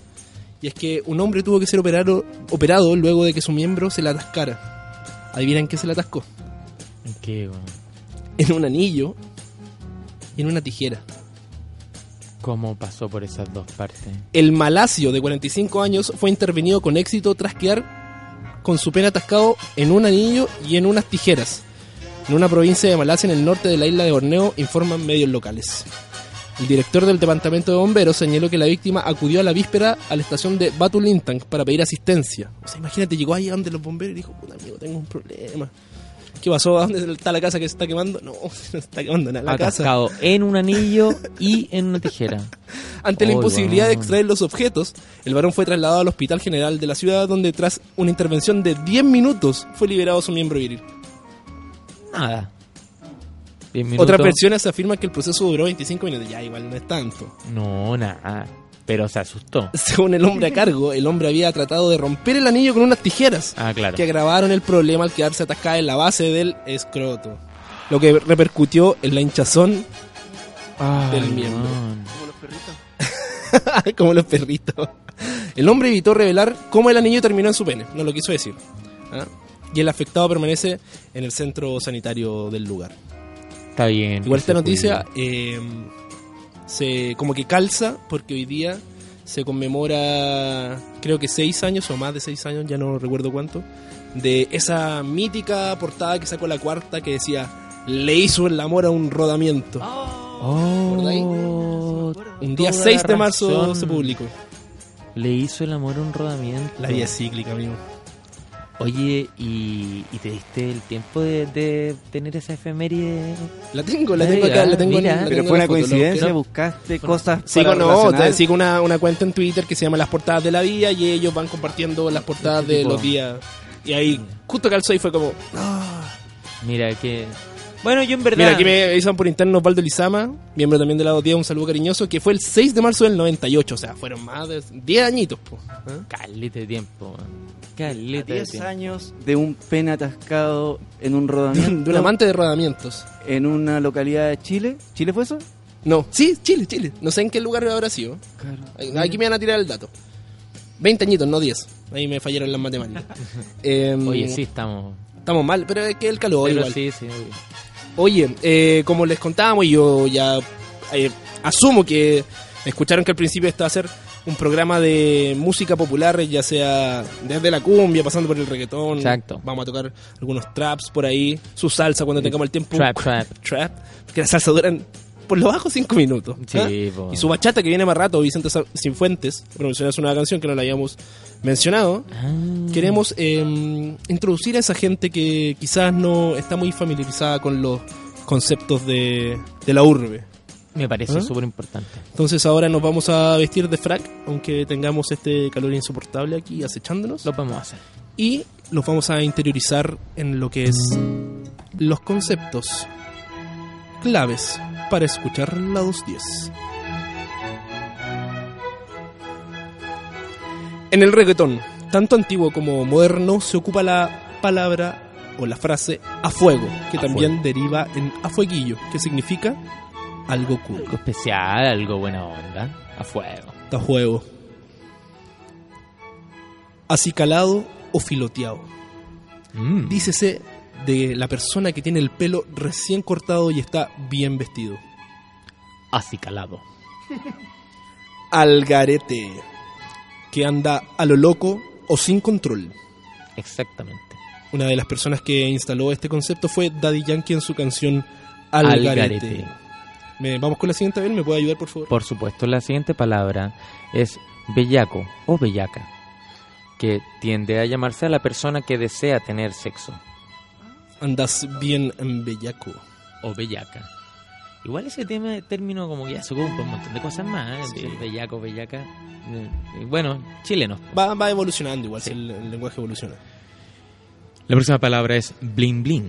Speaker 2: Y es que un hombre tuvo que ser operado, operado luego de que su miembro se le atascara. Adivinan qué se le atascó.
Speaker 3: ¿Qué, weón?
Speaker 2: En un anillo y en una tijera.
Speaker 3: ¿Cómo pasó por esas dos partes?
Speaker 2: El malasio de 45 años fue intervenido con éxito tras quedar con su pene atascado en un anillo y en unas tijeras. En una provincia de Malasia, en el norte de la isla de Borneo, informan medios locales. El director del departamento de bomberos señaló que la víctima acudió a la víspera a la estación de Batulintang para pedir asistencia. O sea, imagínate, llegó ahí donde los bomberos y dijo, puta amigo, tengo un problema. ¿Qué pasó? ¿A dónde está la casa que se está quemando? No, se está quemando nada la casa.
Speaker 3: atascado en un anillo y en una tijera.
Speaker 2: Ante la
Speaker 3: Oy,
Speaker 2: imposibilidad de
Speaker 3: weón.
Speaker 2: extraer los objetos, el varón fue trasladado al Hospital General de la ciudad donde tras una intervención de 10 minutos fue liberado su miembro viril.
Speaker 3: Nada. Diez minutos.
Speaker 2: Otras versiones afirman que el proceso duró 25 minutos. Ya, igual no es tanto.
Speaker 3: No, nada. Pero se asustó.
Speaker 2: Según el hombre a cargo, el hombre había tratado de romper el anillo con unas tijeras
Speaker 3: Ah, claro.
Speaker 2: que agravaron el problema al quedarse atascada en la base del escroto, lo que repercutió en la hinchazón
Speaker 3: Ay,
Speaker 2: del miembro.
Speaker 3: weón.
Speaker 2: como los perritos. El hombre evitó revelar cómo el anillo terminó en su pene, no lo quiso decir. ¿ah? Y el afectado permanece en el centro sanitario del lugar.
Speaker 3: Está bien.
Speaker 2: Igual
Speaker 3: que
Speaker 2: esta
Speaker 3: se
Speaker 2: noticia
Speaker 3: cuide.
Speaker 2: eh, se como que calza porque hoy día se conmemora creo que seis años o más de seis años, ya no recuerdo cuánto, de esa mítica portada que sacó la cuarta que decía le hizo el amor a un rodamiento.
Speaker 3: Oh,
Speaker 2: un día
Speaker 3: toda
Speaker 2: 6 de
Speaker 3: razón.
Speaker 2: marzo se publicó.
Speaker 3: Le hizo el amor a un rodamiento.
Speaker 2: La vida es cíclica, amigo.
Speaker 3: Oye, ¿y, y te diste el tiempo de, de tener esa efeméride?
Speaker 2: La tengo, la
Speaker 3: Ay,
Speaker 2: tengo acá,
Speaker 3: ah,
Speaker 2: la tengo en
Speaker 3: mira.
Speaker 2: la
Speaker 3: Pero
Speaker 8: Pero
Speaker 2: tengo en
Speaker 8: fue una
Speaker 2: la foto, lo
Speaker 8: coincidencia, pues.
Speaker 2: quiero-
Speaker 8: buscaste cosas
Speaker 2: Sigo,
Speaker 8: para
Speaker 2: no,
Speaker 8: relacionar.
Speaker 2: te- sigo una, una cuenta en Twitter que se llama Las Portadas de la Vida y ellos van compartiendo las portadas de
Speaker 3: tipo-
Speaker 2: los días. Y ahí, justo calzó y fue como,
Speaker 3: Mira que...
Speaker 2: ¿Eh?
Speaker 3: Bueno, yo en verdad...
Speaker 2: mira, aquí me avisan por interno Osvaldo Lizama, miembro también de la días, un saludo cariñoso, que fue el 6 de marzo del 98, o sea, fueron más de 10 añitos, po.
Speaker 3: Ah, Caleta de tiempo, weón. Caleta de
Speaker 8: 10
Speaker 3: tiempo.
Speaker 8: años de un pene atascado en un rodamiento
Speaker 2: De un amante de rodamientos.
Speaker 8: en una localidad de Chile. ¿Chile fue eso?
Speaker 2: No, sí, Chile, Chile. No sé en qué lugar habrá sido.
Speaker 8: Claro.
Speaker 2: Ahí- Aquí me van a tirar el dato. 20 añitos, no 10. Ahí me fallaron las matemáticas. Em,
Speaker 3: Oye, sí, estamos...
Speaker 2: Estamos mal, pero es que el calor
Speaker 3: Pero
Speaker 2: igual.
Speaker 3: sí, sí, obvio.
Speaker 2: Oye, eh, como les contábamos, yo ya eh, asumo que Escucharon que al principio esto va a ser un programa de música popular, ya sea desde la cumbia, pasando por el reggaetón.
Speaker 3: Exacto.
Speaker 2: Vamos a tocar algunos traps por ahí, su salsa cuando tengamos el tiempo.
Speaker 3: Trap, trap.
Speaker 2: Trap. Que la salsa duran por lo bajo cinco minutos.
Speaker 3: Sí,
Speaker 2: ¿ah?
Speaker 3: po.
Speaker 2: Y su bachata que viene más rato, Vicente Sa- Sinfuentes, bueno, mencionas una canción que no la habíamos mencionado. Queremos eh, introducir a esa gente que quizás no está muy familiarizada con los conceptos de, de la urbe.
Speaker 3: Me parece
Speaker 2: ¿Ah?
Speaker 3: súper importante.
Speaker 2: Entonces ahora nos vamos a vestir de frac, aunque tengamos este calor insoportable aquí acechándonos.
Speaker 3: Lo podemos hacer.
Speaker 2: Y los vamos a interiorizar en lo que es los conceptos claves para escuchar la 210. En el reggaetón, tanto antiguo como moderno, se ocupa la palabra o la frase a fuego, que
Speaker 3: A
Speaker 2: también deriva en a fueguillo, que significa algo cool.
Speaker 3: Algo especial, algo buena onda. A fuego.
Speaker 2: Está juego. Acicalado o filoteado.
Speaker 3: Mm.
Speaker 2: Dícese de la persona que tiene el pelo recién cortado y está bien vestido.
Speaker 3: Acicalado.
Speaker 2: Algarete. Que anda a lo loco o sin control.
Speaker 3: Exactamente.
Speaker 2: Una de las personas que instaló este concepto fue Daddy Yankee en su canción
Speaker 3: Algarete.
Speaker 2: Algarete. Me- vamos con la siguiente, Abel. ¿Me puede ayudar, por favor?
Speaker 3: Por supuesto, la siguiente palabra es bellaco o bellaca, que tiende a llamarse a la persona que desea tener sexo.
Speaker 2: Andas bien en bellaco.
Speaker 3: o bellaca. Igual ese tema, término como que ya se ocupa un montón de cosas más, ¿eh?
Speaker 2: Sí.
Speaker 3: bellaco, bellaca. mm, y Bueno, chilenos.
Speaker 2: Va, va evolucionando igual,
Speaker 3: Sí.
Speaker 2: si el, el lenguaje evoluciona.
Speaker 3: La próxima palabra es bling bling.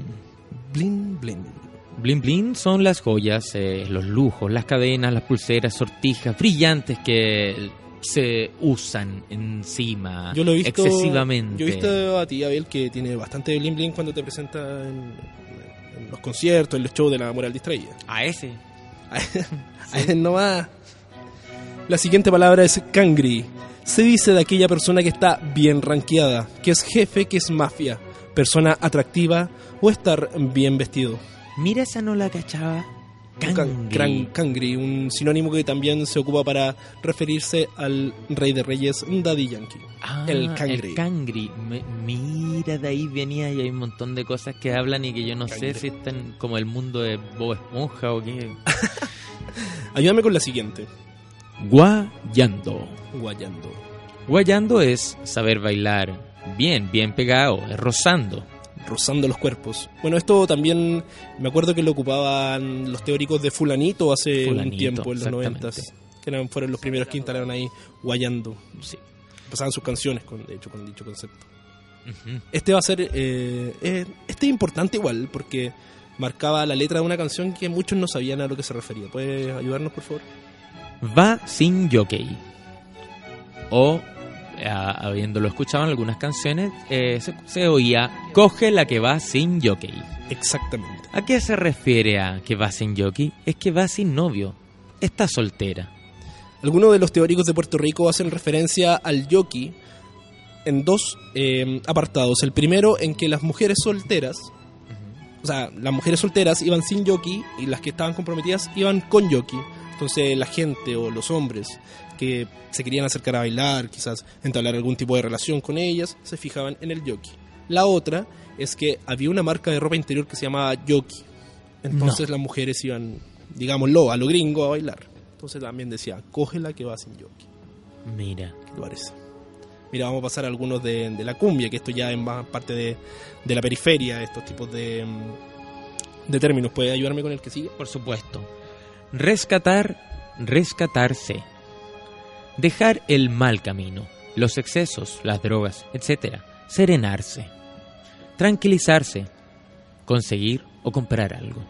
Speaker 2: Blin, blin.
Speaker 3: Bling bling son las joyas, eh, los lujos, las cadenas, las pulseras, sortijas brillantes que se usan encima
Speaker 2: Yo lo he visto.
Speaker 3: Ah, excesivamente.
Speaker 2: Yo he visto a ti, Abel, que tiene bastante bling bling cuando te presenta en, en los conciertos, en los shows de la moral distraída.
Speaker 3: A ese.
Speaker 2: no más. La siguiente palabra es cangri. Se dice de aquella persona que está bien ranqueada, que es jefe, que es mafia, persona atractiva o estar bien vestido.
Speaker 3: Mira esa no la cachaba.
Speaker 2: Un can- cran-
Speaker 3: Cangri.
Speaker 2: cangri, un sinónimo que también se ocupa para referirse al rey de reyes, Daddy Yankee.
Speaker 3: Ah,
Speaker 2: El cangri.
Speaker 3: el cangri. Me- mira, de ahí venía y hay un montón de cosas que hablan y que yo no
Speaker 2: Cangre.
Speaker 3: sé si están como el mundo de Bob Esponja o qué.
Speaker 2: Ayúdame con la siguiente.
Speaker 3: Guayando.
Speaker 2: Guayando.
Speaker 3: Guayando es saber bailar bien, bien pegado, es rozando.
Speaker 2: rozando los cuerpos. Bueno, esto también me acuerdo que lo ocupaban los teóricos de Fulanito hace un
Speaker 3: Fulanito,
Speaker 2: tiempo, en los
Speaker 3: exactamente.
Speaker 2: noventas, que eran, fueron los primeros que instalaron ahí guayando.
Speaker 3: Sí.
Speaker 2: Pasaban sus canciones, con, de hecho, con dicho concepto.
Speaker 3: Ujú.
Speaker 2: Este va a ser, eh, eh, este es importante igual, porque marcaba la letra de una canción que muchos no sabían a lo que se refería. ¿Puedes ayudarnos, por favor?
Speaker 3: Va sin jockey. O, eh, habiéndolo escuchado en algunas canciones, eh, se, se oía, coge la que va sin jockey.
Speaker 2: Exactamente.
Speaker 3: ¿A qué se refiere a que va sin jockey? Es que va sin novio. Está soltera.
Speaker 2: Algunos de los teóricos de Puerto Rico hacen referencia al yoki en dos eh, apartados. El primero en que las mujeres solteras, o sea, las mujeres solteras iban sin yoki y las que estaban comprometidas iban con yoki. Entonces la gente o los hombres que se querían acercar a bailar, quizás entablar algún tipo de relación con ellas, se fijaban en el yoki. La otra es que había una marca de ropa interior que se llamaba yoki. Entonces las mujeres iban, digámoslo, a lo gringo a bailar. Entonces también decía, cógela que va sin yoki.
Speaker 3: Mira.
Speaker 2: ¿Qué te parece? Mira, vamos a pasar a algunos de, de la cumbia, que esto ya es más parte de, de la periferia, estos tipos de, mm, de términos. ¿Puede ayudarme con el que sigue?
Speaker 3: Por supuesto. Rescatar, rescatarse. Dejar el mal camino, los excesos, las drogas, etc. Serenarse. Tranquilizarse. Conseguir o comprar algo.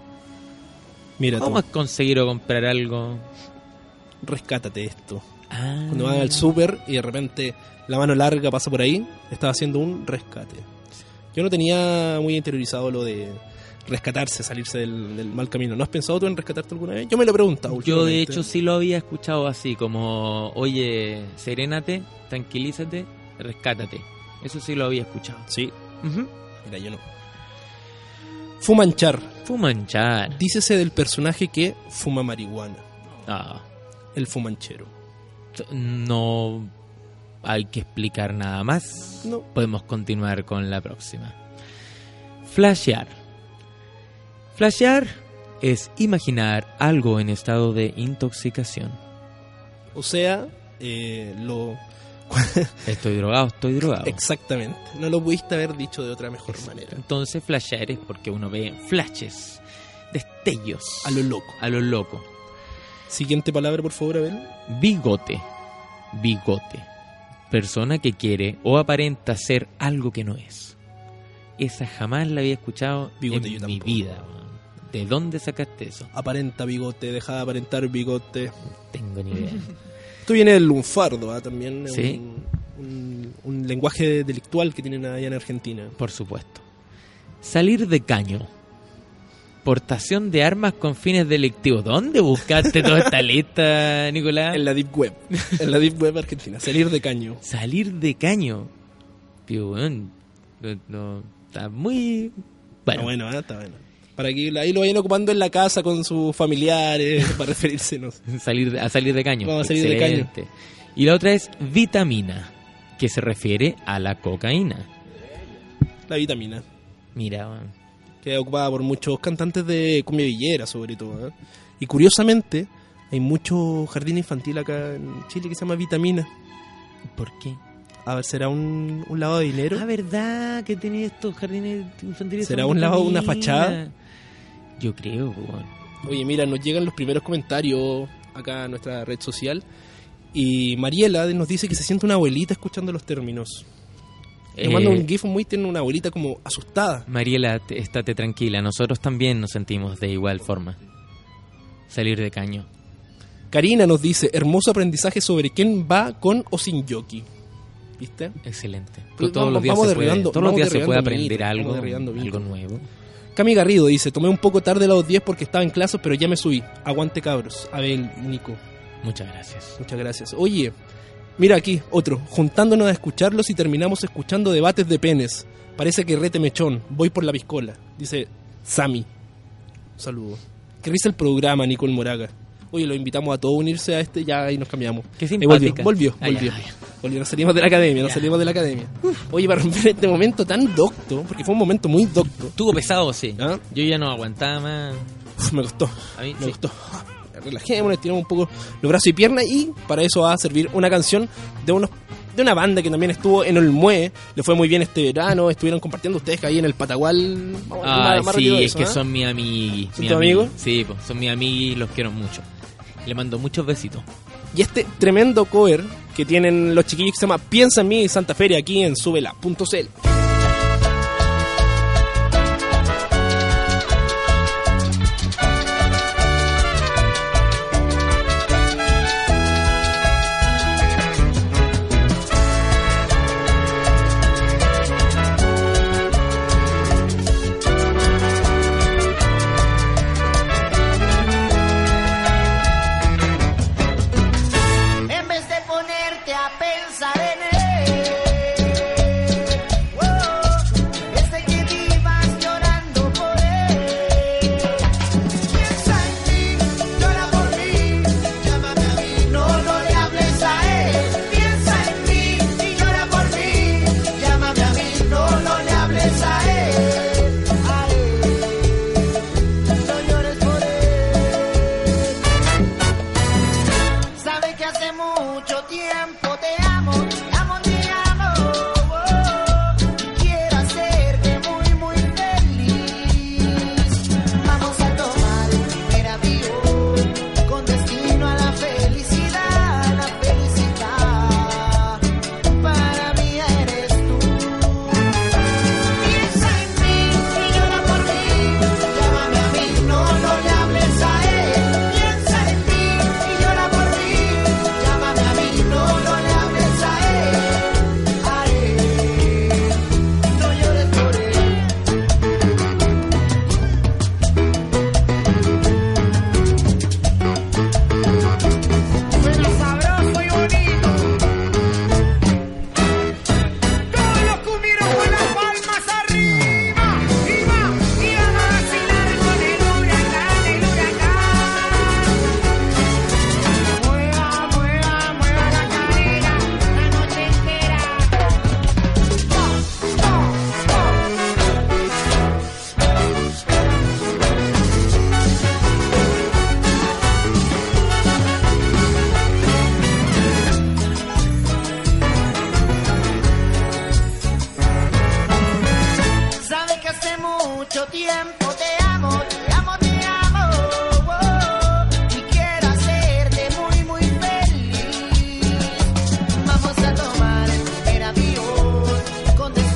Speaker 2: Mira, tú,
Speaker 3: ¿Cómo es conseguir o comprar algo?
Speaker 2: rescátate esto.
Speaker 3: Ah,
Speaker 2: Cuando van al súper y de repente la mano larga pasa por ahí, estaba haciendo un rescate. Yo no tenía muy interiorizado lo de rescatarse, salirse del, del mal camino. ¿No has pensado tú en rescatarte alguna vez? Yo me lo he preguntado.
Speaker 3: Yo de
Speaker 2: últimamente.
Speaker 3: hecho sí lo había escuchado así, como, oye, serénate, tranquilízate, rescátate. Eso sí lo había escuchado.
Speaker 2: Sí,
Speaker 3: Ujú.
Speaker 2: mira, yo no. Fumanchar.
Speaker 3: Fumanchar.
Speaker 2: Dícese del personaje que fuma marihuana.
Speaker 3: Ah,
Speaker 2: el fumanchero.
Speaker 3: No hay que explicar nada más.
Speaker 2: No.
Speaker 3: Podemos continuar con la próxima. Flashear. Flashear es imaginar algo en estado de intoxicación.
Speaker 2: O sea, eh, lo...
Speaker 3: Estoy drogado, estoy drogado.
Speaker 2: Exactamente. No lo pudiste haber dicho de otra mejor manera.
Speaker 3: Entonces flashear es porque uno ve flashes, destellos.
Speaker 2: A lo loco.
Speaker 3: A lo loco.
Speaker 2: Siguiente palabra, por favor, Abel.
Speaker 3: Bigote. Bigote. Persona que quiere o aparenta ser algo que no es. Esa jamás la había escuchado
Speaker 2: Bigote,
Speaker 3: en
Speaker 2: yo
Speaker 3: mi
Speaker 2: tampoco.
Speaker 3: vida. weón. ¿De dónde sacaste eso?
Speaker 2: Aparenta bigote, deja de aparentar bigote.
Speaker 3: No tengo ni idea.
Speaker 2: Esto viene del lunfardo, ¿ah? también. es
Speaker 3: Sí.
Speaker 2: Un, un- un lenguaje delictual que tienen allá en Argentina.
Speaker 3: Por supuesto. Salir de caño. Portación de armas con fines delictivos. ¿Dónde buscaste toda esta lista, Nicolás?
Speaker 2: En la Deep Web. En la Deep Web argentina. Salir de caño.
Speaker 3: Salir de caño. Tío, weón, no- no, está muy... Bueno,
Speaker 2: Está bueno, ¿ah? está bueno. Para que ahí lo vayan ocupando en la casa con sus familiares, para referirse, no sé.
Speaker 3: salir, a salir de caño.
Speaker 2: Vamos a salir de caño.
Speaker 3: Excelente. Y la otra es vitamina, que se refiere a la cocaína.
Speaker 2: La vitamina.
Speaker 3: Mira, weón.
Speaker 2: que es ocupada por muchos cantantes de cumbia villera, sobre todo. ¿eh? Y curiosamente, hay mucho jardín infantil acá en Chile que se llama Vitamina.
Speaker 3: ¿por qué?
Speaker 2: A ver, ¿será un, un lavado de dinero?
Speaker 3: Ah, verdad que tenía estos jardines infantiles.
Speaker 2: ¿Será
Speaker 3: con
Speaker 2: un lavado, una
Speaker 3: vitamina?
Speaker 2: fachada?
Speaker 3: Yo creo, weón.
Speaker 2: Oye, mira, nos llegan los primeros comentarios acá a nuestra red social. Y Mariela nos dice que se siente una abuelita escuchando los términos. Le
Speaker 3: Eh,
Speaker 2: manda un gif muy tiene una abuelita como asustada.
Speaker 3: Mariela, te- estate tranquila. Nosotros también nos sentimos de igual forma. Salir de caño.
Speaker 2: Karina nos dice, hermoso aprendizaje sobre quién va con o sin yoki. ¿Viste?
Speaker 3: Excelente.
Speaker 2: Pues
Speaker 3: todos
Speaker 2: vamos-
Speaker 3: los días,
Speaker 2: vamos
Speaker 3: se puede,
Speaker 2: derribando-
Speaker 3: todos los
Speaker 2: vamos
Speaker 3: días se puede
Speaker 2: derribando
Speaker 3: aprender
Speaker 2: mitos,
Speaker 3: algo,
Speaker 2: vamos derribando
Speaker 3: algo
Speaker 2: mitos.
Speaker 3: nuevo.
Speaker 2: Cami Garrido dice, tomé un poco tarde los 10 porque estaba en clases, pero ya me subí. Aguante cabros. Abel, Nico,
Speaker 3: Muchas gracias.
Speaker 2: muchas gracias. Oye, mira aquí, otro. Juntándonos a escucharlos y terminamos escuchando debates de penes. Parece que rete mechón. Voy por la piscola. Dice Sami. Un saludo. Que risa el programa, Nicole Moraga. Oye, los invitamos a todos a unirse a este ya y nos cambiamos.
Speaker 3: Qué
Speaker 2: Eh, volvió,
Speaker 3: simpática.
Speaker 2: volvió,
Speaker 3: Ah, ya,
Speaker 2: volvió.
Speaker 3: ah,
Speaker 2: Volvió, nos salimos de la academia, nos
Speaker 3: Ya.
Speaker 2: salimos de la academia. Oye, para romper este momento tan docto, porque fue un momento muy docto,
Speaker 3: Estuvo pesado, sí.
Speaker 2: ¿Ah?
Speaker 3: Yo ya no aguantaba más.
Speaker 2: Uf, me costó.
Speaker 3: A mí,
Speaker 2: Me
Speaker 3: sí.
Speaker 2: gustó. Relajémonos, estiremos un poco los brazos y piernas y para eso va a servir una canción de unos de una banda que también estuvo en Olmué, le fue muy bien este verano, estuvieron compartiendo ustedes que ahí en el Patagual. Vamos a hablar
Speaker 3: Ay,
Speaker 2: Oh, más rápido
Speaker 3: sí,
Speaker 2: de
Speaker 3: es
Speaker 2: eso,
Speaker 3: que
Speaker 2: ¿ah?
Speaker 3: son mi amigui.
Speaker 2: ¿Son
Speaker 3: mi
Speaker 2: tu
Speaker 3: amigui.
Speaker 2: amigo?
Speaker 3: Sí, po, son mi amigui y los quiero mucho. Le mando muchos besitos.
Speaker 2: Y este tremendo cover que tienen los chiquillos que se llama Piensa en mí y Santa Feria aquí en subela.cl.
Speaker 5: En vez de ponerte a pensar en él, oh, es de que vivas llorando por él. Piensa en ti, llora por mí, llámame a mí, no, no le hables a él. Piensa en mí y llora por mí, llámame a mí, no, no le hables a él. A él, no llores por él. Sabe que hace mucho tiempo te amo, oh, amo oh,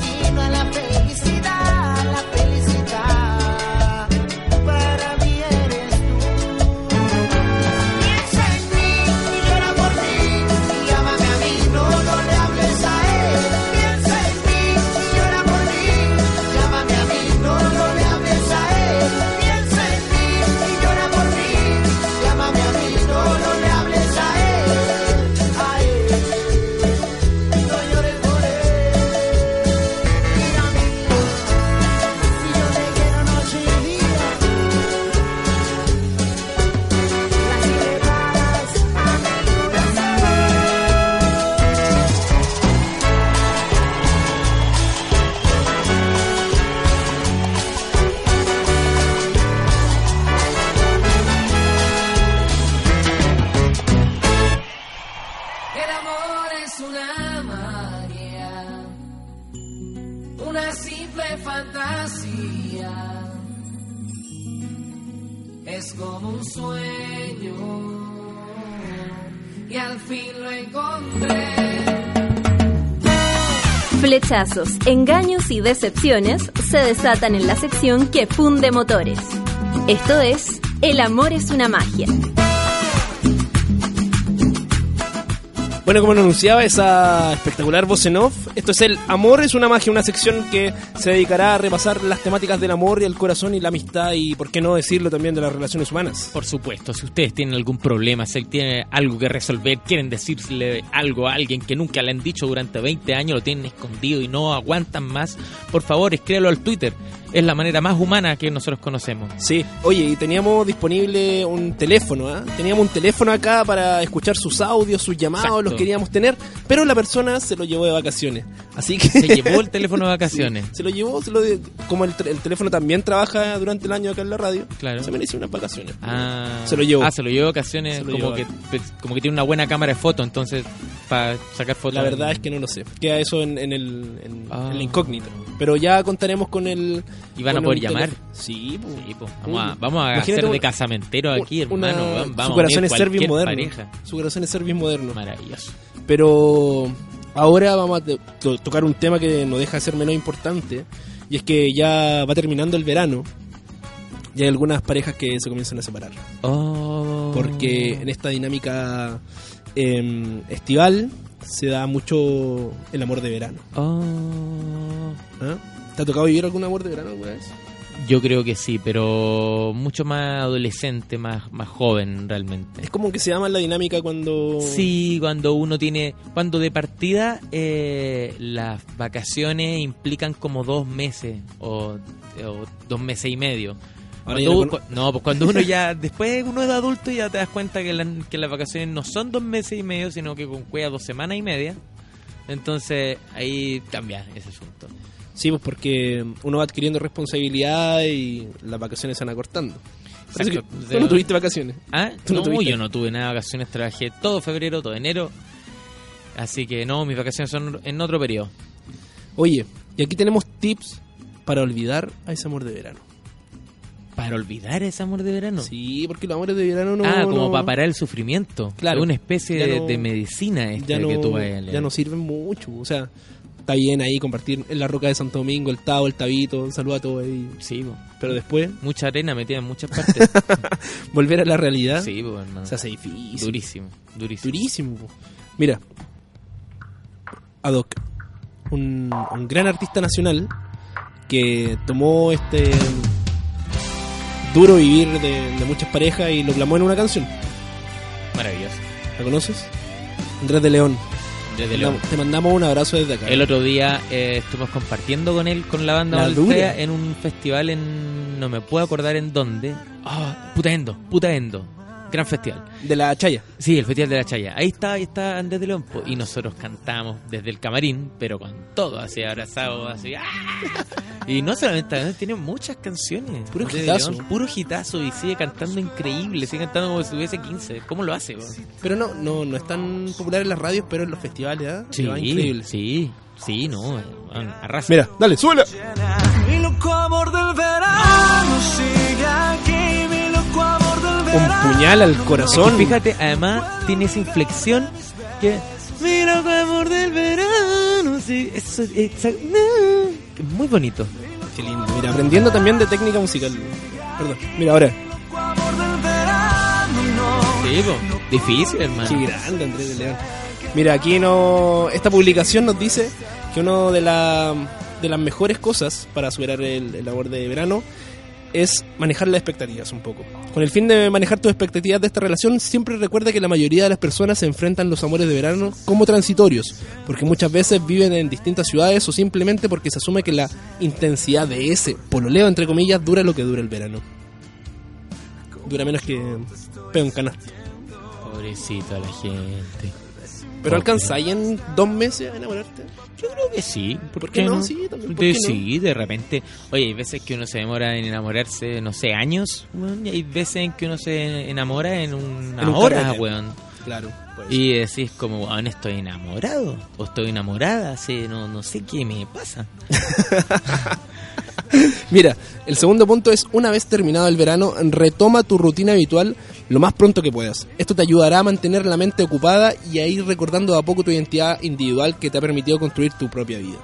Speaker 9: una simple fantasía. Es como un sueño y al fin lo encontré.
Speaker 1: Flechazos, engaños y decepciones se desatan en la sección que funde motores. Esto es El amor es una magia.
Speaker 2: Bueno, como lo anunciaba esa espectacular voz en off, esto es El Amor es una magia, una sección que se dedicará a repasar las temáticas del amor y el corazón y la amistad y, por qué no decirlo también, de las relaciones humanas.
Speaker 3: Por supuesto, si ustedes tienen algún problema, si tienen algo que resolver, quieren decirle algo a alguien que nunca le han dicho durante 20 años, lo tienen escondido y no aguantan más, por favor, escríbelo al Twitter. Es la manera más humana que nosotros conocemos.
Speaker 2: Sí, oye, y teníamos disponible un teléfono, ¿ah? Teníamos un teléfono acá para escuchar sus audios, sus llamados,
Speaker 3: Exacto.
Speaker 2: los queríamos tener, pero la persona se lo llevó de vacaciones. Así que...
Speaker 3: Se llevó el teléfono de vacaciones.
Speaker 2: Se lo llevó, se lo de- como el, tre- el teléfono también trabaja durante el año acá en la radio,
Speaker 3: Claro.
Speaker 2: se merece unas vacaciones.
Speaker 3: Ah,
Speaker 2: Se lo llevó.
Speaker 3: Ah, se lo llevó de vacaciones
Speaker 2: Se lo llevó.
Speaker 3: como, que, pues, como que tiene una buena cámara de foto, entonces, para sacar
Speaker 2: Pues
Speaker 3: fotos.
Speaker 2: La verdad es que no lo sé. Queda eso en, en el, en,
Speaker 3: Ah.
Speaker 2: en la incógnita. Pero ya contaremos con el.
Speaker 3: ¿Y van a
Speaker 2: con
Speaker 3: poder
Speaker 2: un
Speaker 3: llamar?
Speaker 2: teléfono. Sí, po.
Speaker 3: Sí, po. Vamos a,
Speaker 2: Uy.
Speaker 3: vamos a
Speaker 2: Imagínate
Speaker 3: hacer de
Speaker 2: un-
Speaker 3: casamentero aquí,
Speaker 2: Una-
Speaker 3: hermano. Vamos a
Speaker 2: su corazón
Speaker 3: unir
Speaker 2: es service
Speaker 3: cualquier
Speaker 2: moderno.
Speaker 3: pareja.
Speaker 2: Su corazón es service moderno.
Speaker 3: Maravilloso.
Speaker 2: Pero ahora vamos a to- to- tocar un tema que no deja de ser menos importante. Y es que ya va terminando el verano. Y hay algunas parejas que se comienzan a separar.
Speaker 3: Oh.
Speaker 2: Porque en esta dinámica em, estival se da mucho el amor de verano.
Speaker 3: Oh.
Speaker 2: ¿Ah? ¿Te ha tocado vivir algún amor de verano alguna vez?
Speaker 3: Yo creo que sí, pero mucho más adolescente, más, más joven realmente.
Speaker 2: Es como que se llama la dinámica cuando.
Speaker 3: Sí, cuando uno tiene, cuando de partida eh, las vacaciones implican como dos meses o, o dos meses y medio.
Speaker 2: Ahora
Speaker 3: Cuando
Speaker 2: ya
Speaker 3: u-
Speaker 2: no
Speaker 3: cu- no, pues cuando uno ya, después uno es adulto y ya te das cuenta que, la- que las vacaciones no son dos meses y medio, sino que con cueva dos semanas y media. Entonces ahí cambia ese asunto.
Speaker 2: Sí, pues porque uno va adquiriendo responsabilidad y las vacaciones se van acortando. Parece que
Speaker 3: Exacto.
Speaker 2: tú no tuviste vacaciones.
Speaker 3: ¿Ah?
Speaker 2: Tú no
Speaker 3: no,
Speaker 2: tuviste.
Speaker 3: yo no tuve nada de vacaciones, trabajé todo febrero, todo enero. Así que no, mis vacaciones son en otro periodo.
Speaker 2: Oye, y aquí tenemos tips para olvidar a ese amor de verano.
Speaker 3: Para olvidar ese amor de verano.
Speaker 2: Sí, porque los amores de verano no.
Speaker 3: ah, como
Speaker 2: no-
Speaker 3: para parar el sufrimiento.
Speaker 2: Claro.
Speaker 3: Es una especie
Speaker 2: Ya
Speaker 3: de,
Speaker 2: no-
Speaker 3: de medicina esta
Speaker 2: ya no,
Speaker 3: que tú vas a leer.
Speaker 2: ya no sirven mucho. O sea, está bien ahí compartir en la roca de Santo Domingo, el Tao, el Tabito, un saludo a todos ahí.
Speaker 3: Sí, po.
Speaker 2: Pero después,
Speaker 3: mucha arena metida en muchas partes.
Speaker 2: volver a la realidad
Speaker 3: sí, po, hermano.
Speaker 2: se hace difícil.
Speaker 3: durísimo, durísimo.
Speaker 2: Durísimo. po. Mira, Adoc, un, un gran artista nacional que tomó este duro vivir de, de muchas parejas y lo plasmó en una canción.
Speaker 3: Maravilloso.
Speaker 2: ¿La conoces? Andrés de León.
Speaker 3: Desde
Speaker 2: Te
Speaker 3: luego.
Speaker 2: mandamos- Te mandamos un abrazo desde acá.
Speaker 3: El otro día eh, estuvimos compartiendo con él, con la banda
Speaker 2: La
Speaker 3: Baltea,
Speaker 2: dura.
Speaker 3: en un festival en. No me puedo acordar en dónde. Ah, Puta Endo, Puta Endo. Gran festival.
Speaker 2: De la Chaya.
Speaker 3: Sí, el Festival de la Chaya. Ahí está, ahí está Andrés de León. po. Y nosotros cantamos desde el camarín, pero con todo, así abrazado, así. ¡ah! Y no solamente, ¿no? tiene muchas canciones.
Speaker 2: Puro
Speaker 3: Andrés de
Speaker 2: hitazo.
Speaker 3: León, Puro hitazo y sigue cantando increíble, sigue cantando como si tuviese 15. ¿Cómo lo hace? po?
Speaker 2: Pero no, no, no es tan popular en las radios, pero en los festivales, ¿ah? Le va increíble.
Speaker 3: sí, sí, no, eh, bueno, arrasa.
Speaker 2: Mira, dale, suela.
Speaker 4: Mi loco amor del verano sigue aquí, mi loco amor del
Speaker 2: Un
Speaker 4: verano.
Speaker 2: puñal al
Speaker 3: Es
Speaker 2: corazón.
Speaker 3: que Ah, fíjate, además tiene esa inflexión que. Mira, con amor del verano, sí, eso, esa- no, que es muy bonito.
Speaker 2: Qué lindo. Mira, aprendiendo también de técnica musical. Perdón. Mira, ahora.
Speaker 3: Sí, po. difícil, hermano.
Speaker 2: Qué grande Andrés de León. Mira, aquí no. Esta publicación nos dice que una de, la- de las mejores cosas para superar el, el amor de verano es manejar las expectativas un poco. Con el fin de manejar tus expectativas de esta relación, siempre recuerda que la mayoría de las personas se enfrentan los amores de verano como transitorios, porque muchas veces viven en distintas ciudades o simplemente porque se asume que la intensidad de ese pololeo, entre comillas, dura lo que dura el verano. Dura menos que pega un canasto.
Speaker 3: Pobrecito a la gente.
Speaker 2: ¿Pero
Speaker 3: Ok.
Speaker 2: alcanzáis en dos meses a enamorarte?
Speaker 3: Yo creo que Eh, sí.
Speaker 2: ¿Por qué no? Sí, también, ¿por
Speaker 3: De-
Speaker 2: qué no?
Speaker 3: Sí, de repente. Oye, hay veces que uno se demora en enamorarse, no sé, años, weón, y hay veces en que uno se enamora en una
Speaker 2: En un
Speaker 3: hora,
Speaker 2: carrete.
Speaker 3: weón.
Speaker 2: Claro.
Speaker 3: Y decís como, weón, estoy enamorado. O estoy enamorada, sí, no, no sé qué me pasa.
Speaker 2: Mira, el segundo punto es, una vez terminado el verano, retoma tu rutina habitual lo más pronto que puedas. Esto te ayudará a mantener la mente ocupada y a ir recordando de a poco tu identidad individual que te ha permitido construir tu propia vida.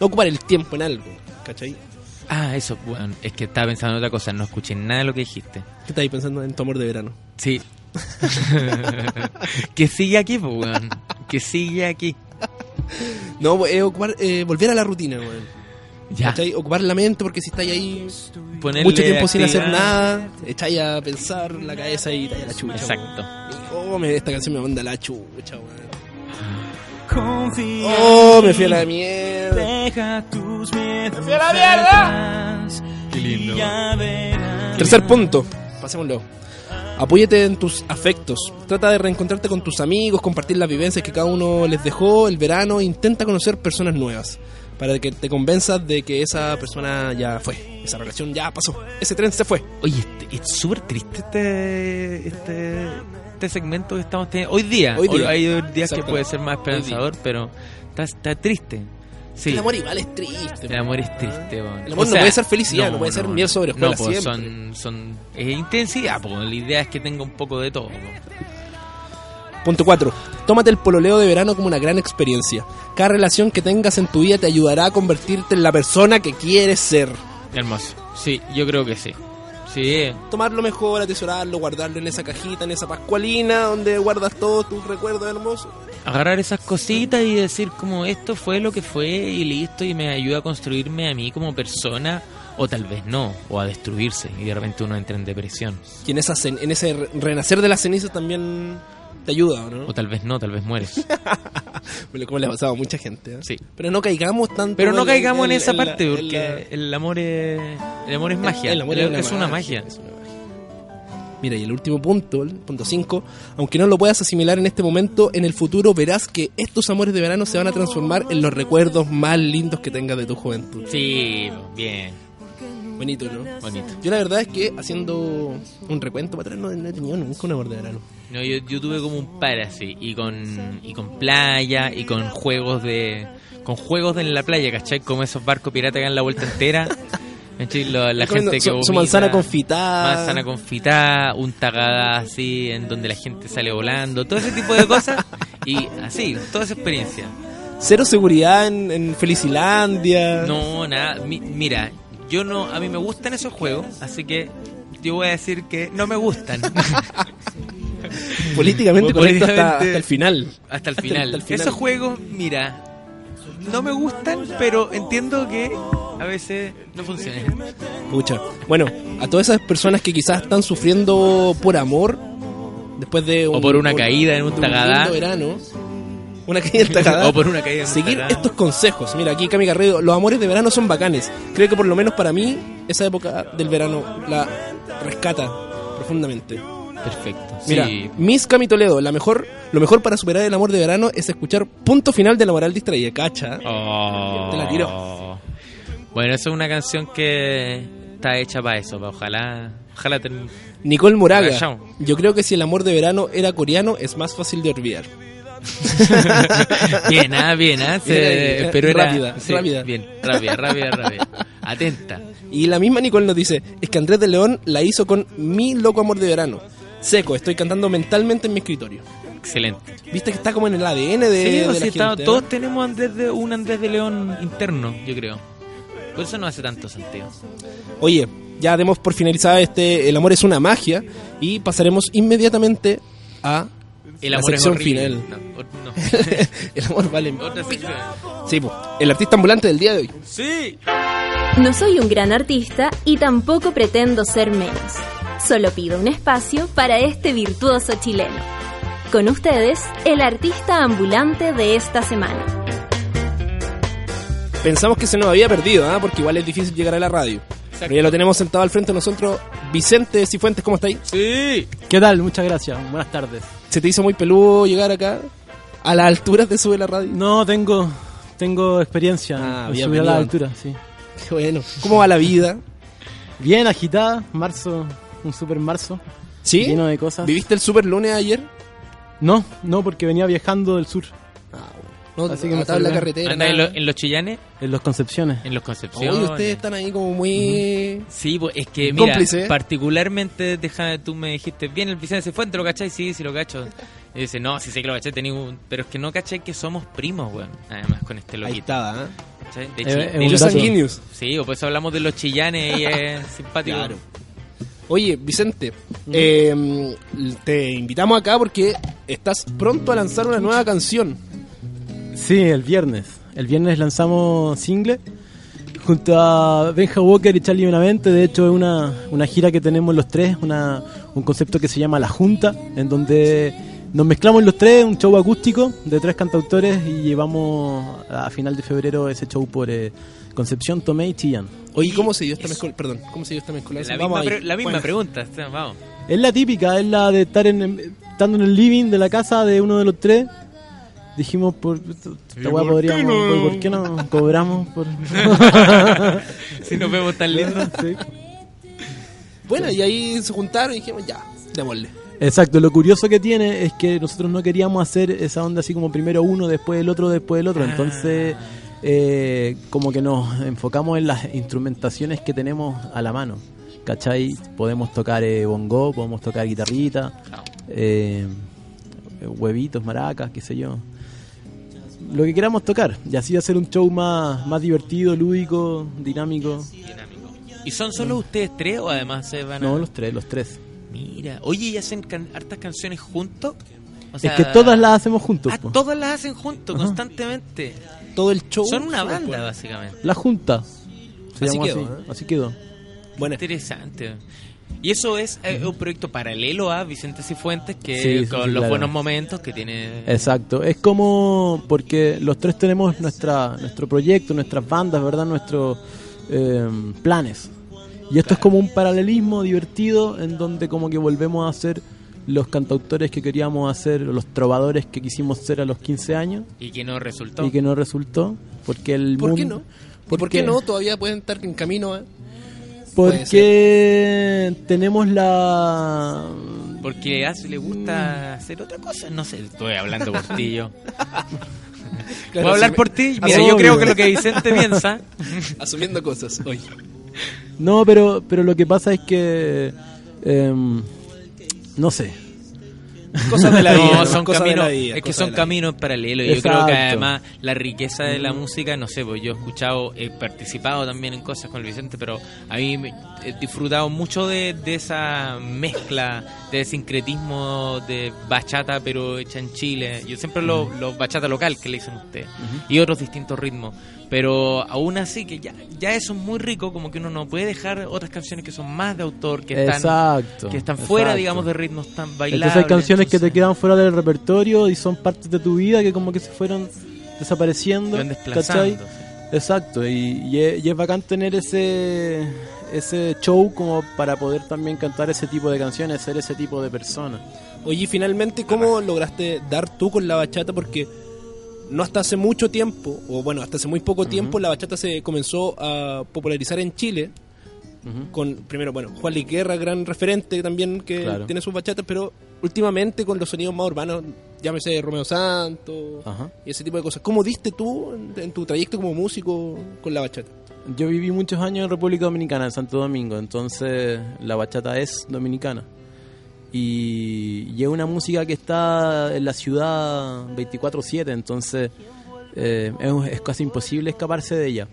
Speaker 2: No ocupar el tiempo en algo, ¿cachai?
Speaker 3: Ah, eso, weón, es que estaba pensando en otra cosa, no escuché nada de lo que dijiste.
Speaker 2: ¿Qué estáis pensando en tu amor de verano?
Speaker 3: Sí. que sigue aquí, pues, weón. Que sigue aquí.
Speaker 2: No, eh, ocupar, eh, volver a la rutina, weón.
Speaker 3: Ya.
Speaker 2: ¿Cachai? Ocupar la mente porque si estáis ahí
Speaker 3: Ponerle
Speaker 2: mucho tiempo sin hacer
Speaker 3: actividad.
Speaker 2: nada, estáis a pensar en la cabeza y estáis a la chucha.
Speaker 3: Exacto.
Speaker 2: weón. Oh, me- esta canción me manda a la chucha, weón. Oh, me fui a la mierda.
Speaker 10: Deja tus miedos.
Speaker 2: ¡Me fui a la mierda!
Speaker 10: atrás
Speaker 3: Qué lindo.
Speaker 10: y ya verás.
Speaker 2: Tercer punto. Pasémoslo. Apóyate en tus afectos. Trata de reencontrarte con tus amigos, compartir las vivencias que cada uno les dejó el verano. e Intenta conocer personas nuevas para que te convenzas de que esa persona ya fue. Esa relación ya pasó. Ese tren se fue.
Speaker 3: Oye, este- es súper triste este, este, este segmento que estamos teniendo. Hoy día,
Speaker 2: Hoy
Speaker 3: hoy
Speaker 2: día.
Speaker 3: hay días que
Speaker 2: Exacto.
Speaker 3: puede ser más esperanzador, pero está, está triste. Sí,
Speaker 2: El amor igual es triste.
Speaker 3: el amor es triste. weón.
Speaker 2: El amor no puede ser felicidad, no puede ser miel sobre
Speaker 3: No,
Speaker 2: hojuelas
Speaker 3: pues
Speaker 2: siempre.
Speaker 3: son, son, es intensidad, pues la idea es que tenga un poco de todo. po.
Speaker 2: Punto 4. Tómate el pololeo de verano como una gran experiencia. Cada relación que tengas en tu vida te ayudará a convertirte en la persona que quieres ser.
Speaker 3: Hermoso. Sí, yo creo que sí. Sí,
Speaker 2: Tomarlo mejor, atesorarlo, guardarlo en esa cajita, en esa pascualina donde guardas todos tus recuerdos hermosos.
Speaker 3: agarrar esas cositas y decir como esto fue lo que fue y listo y me ayuda a construirme a mí como persona o tal vez no, o a destruirse y de repente uno entra en depresión.
Speaker 2: Y en, esa cen- en ese re- renacer de las cenizas también te ayuda, ¿o ¿no?
Speaker 3: O tal vez no, tal vez mueres.
Speaker 2: Bueno, Como le ha pasado a mucha gente. ¿eh?
Speaker 3: Sí.
Speaker 2: Pero no caigamos tanto.
Speaker 3: Pero no
Speaker 2: en la-
Speaker 3: caigamos en esa
Speaker 2: la-
Speaker 3: parte
Speaker 2: en la-
Speaker 3: porque el amor es, el amor es magia.
Speaker 2: El amor
Speaker 3: es,
Speaker 2: la
Speaker 3: una magia.
Speaker 2: es una magia. Mira, y el último punto, el punto 5, aunque no lo puedas asimilar en este momento, en el futuro verás que estos amores de verano se van a transformar en los recuerdos más lindos que tengas de tu juventud.
Speaker 3: Sí, bien,
Speaker 2: Bonito, ¿no?
Speaker 3: bonito.
Speaker 2: Yo la verdad es que haciendo un recuento para atrás no, no he tenido nunca un amor de verano.
Speaker 3: No, yo, yo tuve como un par así, y con, y con playa, y con juegos de. con juegos de en la playa, ¿cachai? Como esos barcos piratas que dan la vuelta entera. ¿Cachai? Lo- la
Speaker 2: Comiendo
Speaker 3: gente que.
Speaker 2: su, su
Speaker 3: vomita,
Speaker 2: manzana confitada.
Speaker 3: Manzana confitada, un tagada así, en donde la gente sale volando, todo ese tipo de cosas. y así, toda esa experiencia.
Speaker 2: Cero seguridad en, en Felicilandia.
Speaker 3: No, nada, mi- mira, yo no. a mí me gustan esos juegos, así que yo voy a decir que no me gustan.
Speaker 2: Políticamente correcto hasta,
Speaker 3: Políticamente-
Speaker 2: hasta el final.
Speaker 3: Hasta el
Speaker 2: Hasta el-
Speaker 3: final.
Speaker 2: hasta el final.
Speaker 3: Esos juegos, mira, no me gustan, pero entiendo que a veces no funcionan.
Speaker 2: Pucha. Bueno, a todas esas personas que quizás están sufriendo por amor, después de
Speaker 3: O por una caída en un
Speaker 2: de
Speaker 3: tagadá.
Speaker 2: lindo verano, una caída en tagadá.
Speaker 3: O por una caída en un
Speaker 2: Seguir
Speaker 3: tagadá.
Speaker 2: estos consejos. Mira, aquí Cami Carredo, los amores de verano son bacanes. Creo que por lo menos para mí, esa época del verano la rescata profundamente.
Speaker 3: Perfecto.
Speaker 2: Mira,
Speaker 3: sí.
Speaker 2: Miss Cami Toledo, la mejor, lo mejor para superar el amor de verano es escuchar punto final de la moral distraída, cacha.
Speaker 3: Oh.
Speaker 2: Te la tiró.
Speaker 3: Bueno, esa es una canción que está hecha para eso, pa' ojalá. Ojalá termine.
Speaker 2: Nicole Moraga,
Speaker 3: Cachao.
Speaker 2: yo creo que si el amor de verano era coreano, es más fácil de olvidar.
Speaker 3: bien, ah, bien, ah. se-
Speaker 2: Bien ahí, eh,
Speaker 3: pero era-
Speaker 2: rápida,
Speaker 3: sí,
Speaker 2: rápida.
Speaker 3: Bien, rápida, rápida, rápida. Atenta.
Speaker 2: Y la misma Nicole nos dice, es que Andrés de León la hizo con Mi Loco Amor de Verano. Seco, estoy cantando mentalmente en mi escritorio.
Speaker 3: Excelente.
Speaker 2: Viste que está como en el ADN de,
Speaker 3: Sí,
Speaker 2: de
Speaker 3: o
Speaker 2: la
Speaker 3: sea,
Speaker 2: gente,
Speaker 3: está-
Speaker 2: ¿eh?
Speaker 3: todos tenemos Andrés de, un Andrés de León interno, yo creo. Por eso no hace tanto sentido.
Speaker 2: Oye, ya demos por finalizada este El amor es una magia y pasaremos inmediatamente a
Speaker 3: El
Speaker 2: la
Speaker 3: amor es
Speaker 2: sección
Speaker 3: horrible.
Speaker 2: final.
Speaker 3: No, o- no.
Speaker 2: el amor vale.
Speaker 3: Otra sección.
Speaker 2: Sí, po, el artista ambulante del día de hoy.
Speaker 3: Sí.
Speaker 1: No soy un gran artista y tampoco pretendo ser menos. Solo pido un espacio para este virtuoso chileno. Con ustedes, el artista ambulante de esta semana.
Speaker 2: Pensamos que se nos había perdido, ¿ah? porque igual es difícil llegar a la radio. Pero ya lo tenemos sentado al frente de nosotros. Vicente Cifuentes, ¿cómo estáis?
Speaker 3: Sí.
Speaker 10: ¿Qué tal? Muchas gracias. Buenas tardes.
Speaker 2: ¿Se te hizo muy peludo llegar acá? ¿A las alturas de Sube la Radio?
Speaker 10: No, tengo tengo experiencia
Speaker 2: Ah,
Speaker 10: en
Speaker 2: bien,
Speaker 10: subir a la
Speaker 2: bien.
Speaker 10: altura, sí.
Speaker 2: Qué bueno. ¿Cómo va la vida?
Speaker 10: Bien agitada, marzo, un super marzo,
Speaker 2: ¿Sí?
Speaker 10: lleno de cosas.
Speaker 2: ¿Viviste el super lunes ayer?
Speaker 10: No, no, porque venía viajando del sur.
Speaker 11: No,
Speaker 10: Así que me
Speaker 11: estaba en la
Speaker 10: salvé.
Speaker 11: carretera.
Speaker 3: ¿Andan en,
Speaker 11: nada.
Speaker 3: lo- en los chillanes?
Speaker 10: En los Concepciones.
Speaker 3: En los
Speaker 11: Oye,
Speaker 3: Concepciones.
Speaker 11: ustedes están ahí como muy... eh,
Speaker 3: Sí, pues es que mira,
Speaker 11: Cómplice.
Speaker 3: particularmente, deja, tú me dijiste, bien el Vicente Fuente, ¿lo cachai? Sí, sí lo cacho. Y dice, no, sí sé que lo caché, tenía un... Pero es que no caché que somos primos, weón. Además, con este loquito.
Speaker 11: estaba, ¿eh?
Speaker 3: ¿Cachai? De
Speaker 10: Eh,
Speaker 3: chi-
Speaker 10: eh,
Speaker 3: de
Speaker 10: un
Speaker 3: los
Speaker 10: dato.
Speaker 3: sanguíneos. Sí, o pues hablamos de los chillanes y es simpático.
Speaker 11: Claro. Oye, Vicente, eh, te invitamos acá porque estás pronto a lanzar una nueva canción.
Speaker 10: Sí, el viernes. El viernes lanzamos single junto a Benja Walker y Charlie Benavente. De hecho, es una, una gira que tenemos los tres, una- un concepto que se llama La Junta, en donde nos mezclamos los tres, un show acústico de tres cantautores y llevamos a final de febrero ese show por eh, Concepción, Tomé y Chillán.
Speaker 11: Oye, ¿cómo se dio esta mezcola? Perdón, ¿cómo se dio esta mezcola?
Speaker 2: pues,
Speaker 3: La misma, pre- la misma pregunta, o sea, vamos.
Speaker 10: Es la típica, es la de estar en, estando en el living de la casa de uno de los tres. Dijimos, por esta weá
Speaker 3: por qué
Speaker 10: podríamos,
Speaker 3: no?
Speaker 10: ¿por qué no cobramos? Por...
Speaker 3: Si nos vemos tan lindos.
Speaker 10: Sí.
Speaker 11: Bueno, y ahí se juntaron y dijimos, ya, démosle.
Speaker 10: Exacto, lo curioso que tiene es que nosotros no queríamos hacer esa onda así como primero uno, después el otro, después el otro. Entonces, eh, como que nos enfocamos en las instrumentaciones que tenemos a la mano. ¿Cachai? Podemos tocar eh, bongo, podemos tocar guitarrita, eh, huevitos, maracas, qué sé yo. Lo que queramos tocar y así hacer un show más, más divertido, lúdico, dinámico.
Speaker 3: ¿Y son solo ustedes tres o además se van a...?
Speaker 10: No, los tres, los tres.
Speaker 3: Mira, oye, ¿y hacen can- hartas canciones juntos? O
Speaker 10: es que todas las hacemos juntos.
Speaker 3: Ah,
Speaker 10: po.
Speaker 3: todas las hacen juntos, constantemente.
Speaker 11: Todo el show.
Speaker 3: Son una
Speaker 11: se
Speaker 3: banda,
Speaker 11: puede.
Speaker 3: básicamente.
Speaker 10: La Junta. Se
Speaker 11: Así
Speaker 10: llamó
Speaker 11: quedó,
Speaker 10: así.
Speaker 11: ¿eh?
Speaker 10: Así quedó.
Speaker 3: Interesante. Y eso es eh, un proyecto paralelo a Vicente Cifuentes, que
Speaker 10: Sí, sí,
Speaker 3: con
Speaker 10: sí,
Speaker 3: los
Speaker 10: claro.
Speaker 3: buenos momentos que tiene...
Speaker 10: Exacto. Es como porque los tres tenemos nuestra nuestro proyecto, nuestras bandas, ¿verdad? Nuestros eh, planes. Y esto es como un paralelismo divertido en donde como que volvemos a ser los cantautores que queríamos hacer, los trovadores que quisimos ser a los 15 años
Speaker 3: Y que no resultó.
Speaker 10: y que no resultó porque el
Speaker 11: ¿Por qué
Speaker 10: mundo-
Speaker 11: no? ¿Y ¿Por, qué no? Todavía pueden estar en camino. ¿eh? Puede
Speaker 10: Porque tenemos la
Speaker 3: Porque a Asi le gusta
Speaker 10: Mm.
Speaker 3: hacer otra cosa. No sé, estoy hablando por ti yo.
Speaker 11: Claro,
Speaker 3: Voy a hablar
Speaker 11: asume-
Speaker 3: por ti. Mira,
Speaker 11: asumiendo-
Speaker 3: yo creo que lo que Vicente piensa...
Speaker 11: Asumiendo cosas hoy.
Speaker 10: No, pero, pero lo que pasa es que. em, no sé.
Speaker 11: Cosas de la vida,
Speaker 3: No,
Speaker 11: hermano,
Speaker 3: son
Speaker 11: cosas de
Speaker 3: caminos,
Speaker 11: la vida,
Speaker 3: es que
Speaker 11: cosas
Speaker 3: son
Speaker 11: de la vida.
Speaker 3: caminos paralelos. Yo creo
Speaker 10: Exacto.
Speaker 3: que además la riqueza de la música, no sé, pues yo he escuchado, he participado también en cosas con el Vicente, pero a mí me- he disfrutado mucho de, de esa mezcla, de sincretismo de bachata, pero hecha en Chile. Yo siempre lo, lo bachata local que le dicen ustedes y otros distintos ritmos. Pero aún así, que ya, ya eso es muy rico, como que uno no puede dejar otras canciones que son más de autor, que están,
Speaker 10: Exacto,
Speaker 3: que están fuera,
Speaker 10: exacto.
Speaker 3: digamos, de ritmos tan bailables.
Speaker 10: Entonces hay canciones que te quedan fuera del repertorio y son partes de tu vida que como que se fueron desapareciendo.
Speaker 3: Se van desplazando,
Speaker 10: Exacto, y, y es, y es bacán tener ese, ese show como para poder también cantar ese tipo de canciones, ser ese tipo de persona.
Speaker 11: Oye, y finalmente, ¿cómo lograste dar tú con la bachata? Porque no hasta hace mucho tiempo, o bueno, hasta hace muy poco tiempo, la bachata se comenzó a popularizar en Chile. Con primero, bueno, Juan Liguerra, gran referente también que
Speaker 10: Claro.
Speaker 11: tiene sus bachatas, pero últimamente con los sonidos más urbanos, llámese Romeo Santo
Speaker 10: Ajá.
Speaker 11: y ese tipo de cosas. ¿Cómo diste tú en, en tu trayecto como músico con la bachata?
Speaker 10: Yo viví muchos años en República Dominicana, en Santo Domingo, entonces la bachata es dominicana. Y, y es una música que está en la ciudad 24/7, entonces eh, es, es casi imposible escaparse de ella.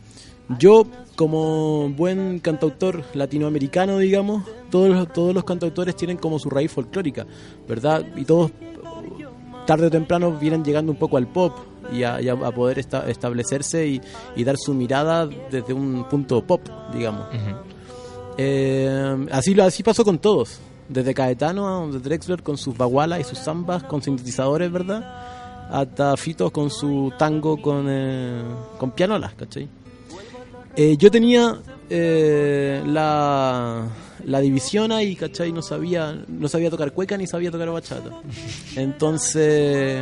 Speaker 10: Yo, como buen cantautor latinoamericano, digamos, todos, los- todos los cantautores tienen como su raíz folclórica, ¿verdad? Y todos tarde o temprano vienen llegando un poco al pop y a, y a- a poder esta- establecerse y, y dar su mirada desde un punto pop, digamos. Eh, así, lo- así pasó con todos. Desde Caetano, de Drexler con sus bagualas y sus zambas, con sintetizadores, ¿verdad? Hasta Fito con su tango con, eh, con pianolas, ¿cachai? Eh, yo tenía eh, la, la división ahí, ¿cachai? No sabía, no sabía tocar cueca ni sabía tocar bachata. Entonces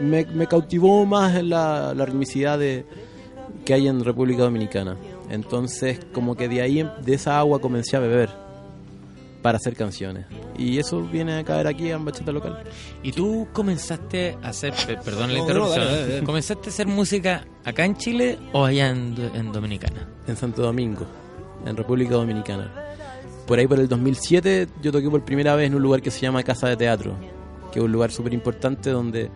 Speaker 10: me, me cautivó más la, la ritmicidad de, que hay en República Dominicana. Entonces como que de ahí, de esa agua comencé a beber.
Speaker 12: para hacer canciones. Y eso viene a caer aquí en bachata local.
Speaker 3: Y tú comenzaste a hacer, pe- perdón
Speaker 12: No,
Speaker 3: la
Speaker 12: no,
Speaker 3: interrupción,
Speaker 12: dale, dale, dale.
Speaker 3: comenzaste a hacer música acá en Chile o allá en, Do- en Dominicana.
Speaker 12: en Santo Domingo, en República Dominicana. Por ahí por el 2007 yo toqué por primera vez en un lugar que se llama Casa de Teatro, que es un lugar súper importante donde,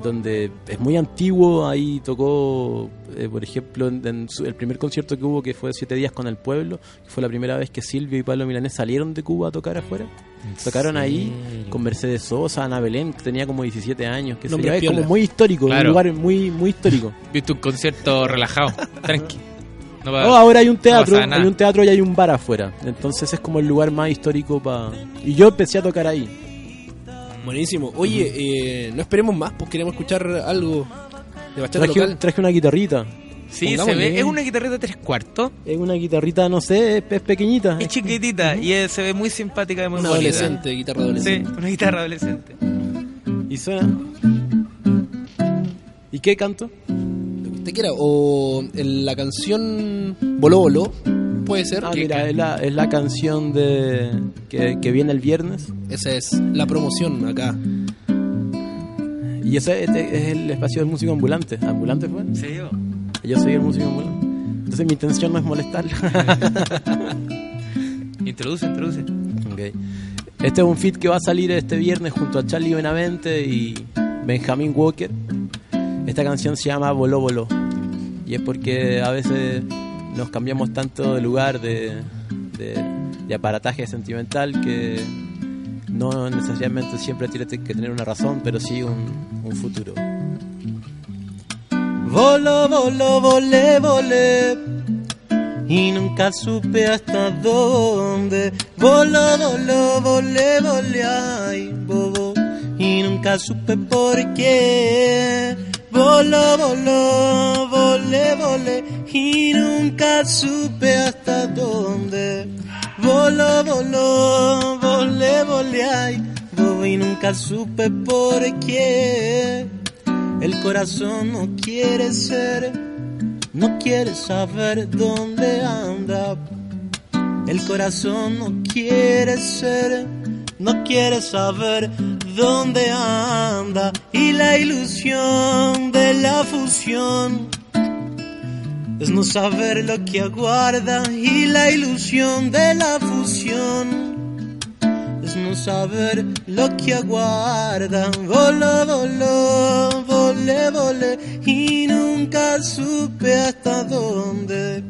Speaker 12: donde es muy antiguo, ahí tocó, eh, por ejemplo, en, en su- el primer concierto que hubo que fue Siete Días con el Pueblo, que fue la primera vez que Silvio y Pablo Milanés salieron de Cuba a tocar afuera.
Speaker 3: ¿En
Speaker 12: Tocaron ahí
Speaker 3: serio?
Speaker 12: con Mercedes Sosa, Ana Belén, que tenía como 17 años, que
Speaker 3: Nombres
Speaker 12: es como
Speaker 3: piolas.
Speaker 12: muy histórico, un
Speaker 3: Claro.
Speaker 12: lugar muy, muy histórico.
Speaker 3: Viste un concierto relajado, tranqui. No, va-
Speaker 12: No, ahora hay un
Speaker 3: no
Speaker 12: teatro,
Speaker 3: pasa nada.
Speaker 12: hay un teatro y hay un bar afuera. Entonces es como el lugar más histórico para. Y yo empecé a tocar ahí.
Speaker 2: Buenísimo. Oye, eh, no esperemos más, pues queremos escuchar algo de bachata
Speaker 12: Traje,
Speaker 2: local.
Speaker 12: traje una guitarrita.
Speaker 3: Sí, se ve, es una guitarrita tres cuartos,
Speaker 12: Es una guitarrita, no sé, es, Ah, es pequeñita.
Speaker 3: es chiquitita y eh, se ve muy simpática y muy
Speaker 2: Una
Speaker 3: bonita.
Speaker 2: adolescente, guitarra adolescente.
Speaker 3: Sí, una guitarra adolescente.
Speaker 12: Y suena. ¿Y qué canto?
Speaker 2: Lo que usted quiera. O el- la canción Voló Voló, puede ser.
Speaker 12: Ah, mira, es la, es la canción de que, que viene el viernes.
Speaker 2: Esa es la promoción acá.
Speaker 12: Y ese este es el espacio del músico ambulante. ¿Ambulante fue?
Speaker 3: Sí, oh. yo.
Speaker 12: Yo soy el músico ambulante. Entonces mi intención no es molestarlo.
Speaker 3: Introduce, introduce.
Speaker 12: Ok. Este es un feed que va a salir este viernes junto a Charlie Benavente y Benjamin Walker. Esta canción se llama Voló Voló. Y es porque a veces nos cambiamos tanto de lugar, de, de- de aparataje sentimental, que no necesariamente siempre tiene que tener una razón, pero sí un, un futuro.
Speaker 10: Voló, voló, volé, volé. Y nunca supe hasta dónde. Voló, voló, volé, volé, ay, bobo. Y nunca supe por qué. Voló, voló, volé, volé. Y nunca supe hasta dónde. Voló, voló, volé, volé, ay, bobo. Y nunca supe por qué. El corazón no quiere ser, no quiere saber dónde anda. El corazón no quiere ser, no quiere saber dónde anda. Y la ilusión de la fusión es no saber lo que aguarda. Y la ilusión de la fusión es no saber lo que aguarda. Voló, voló, volé, volé y nunca supe hasta dónde.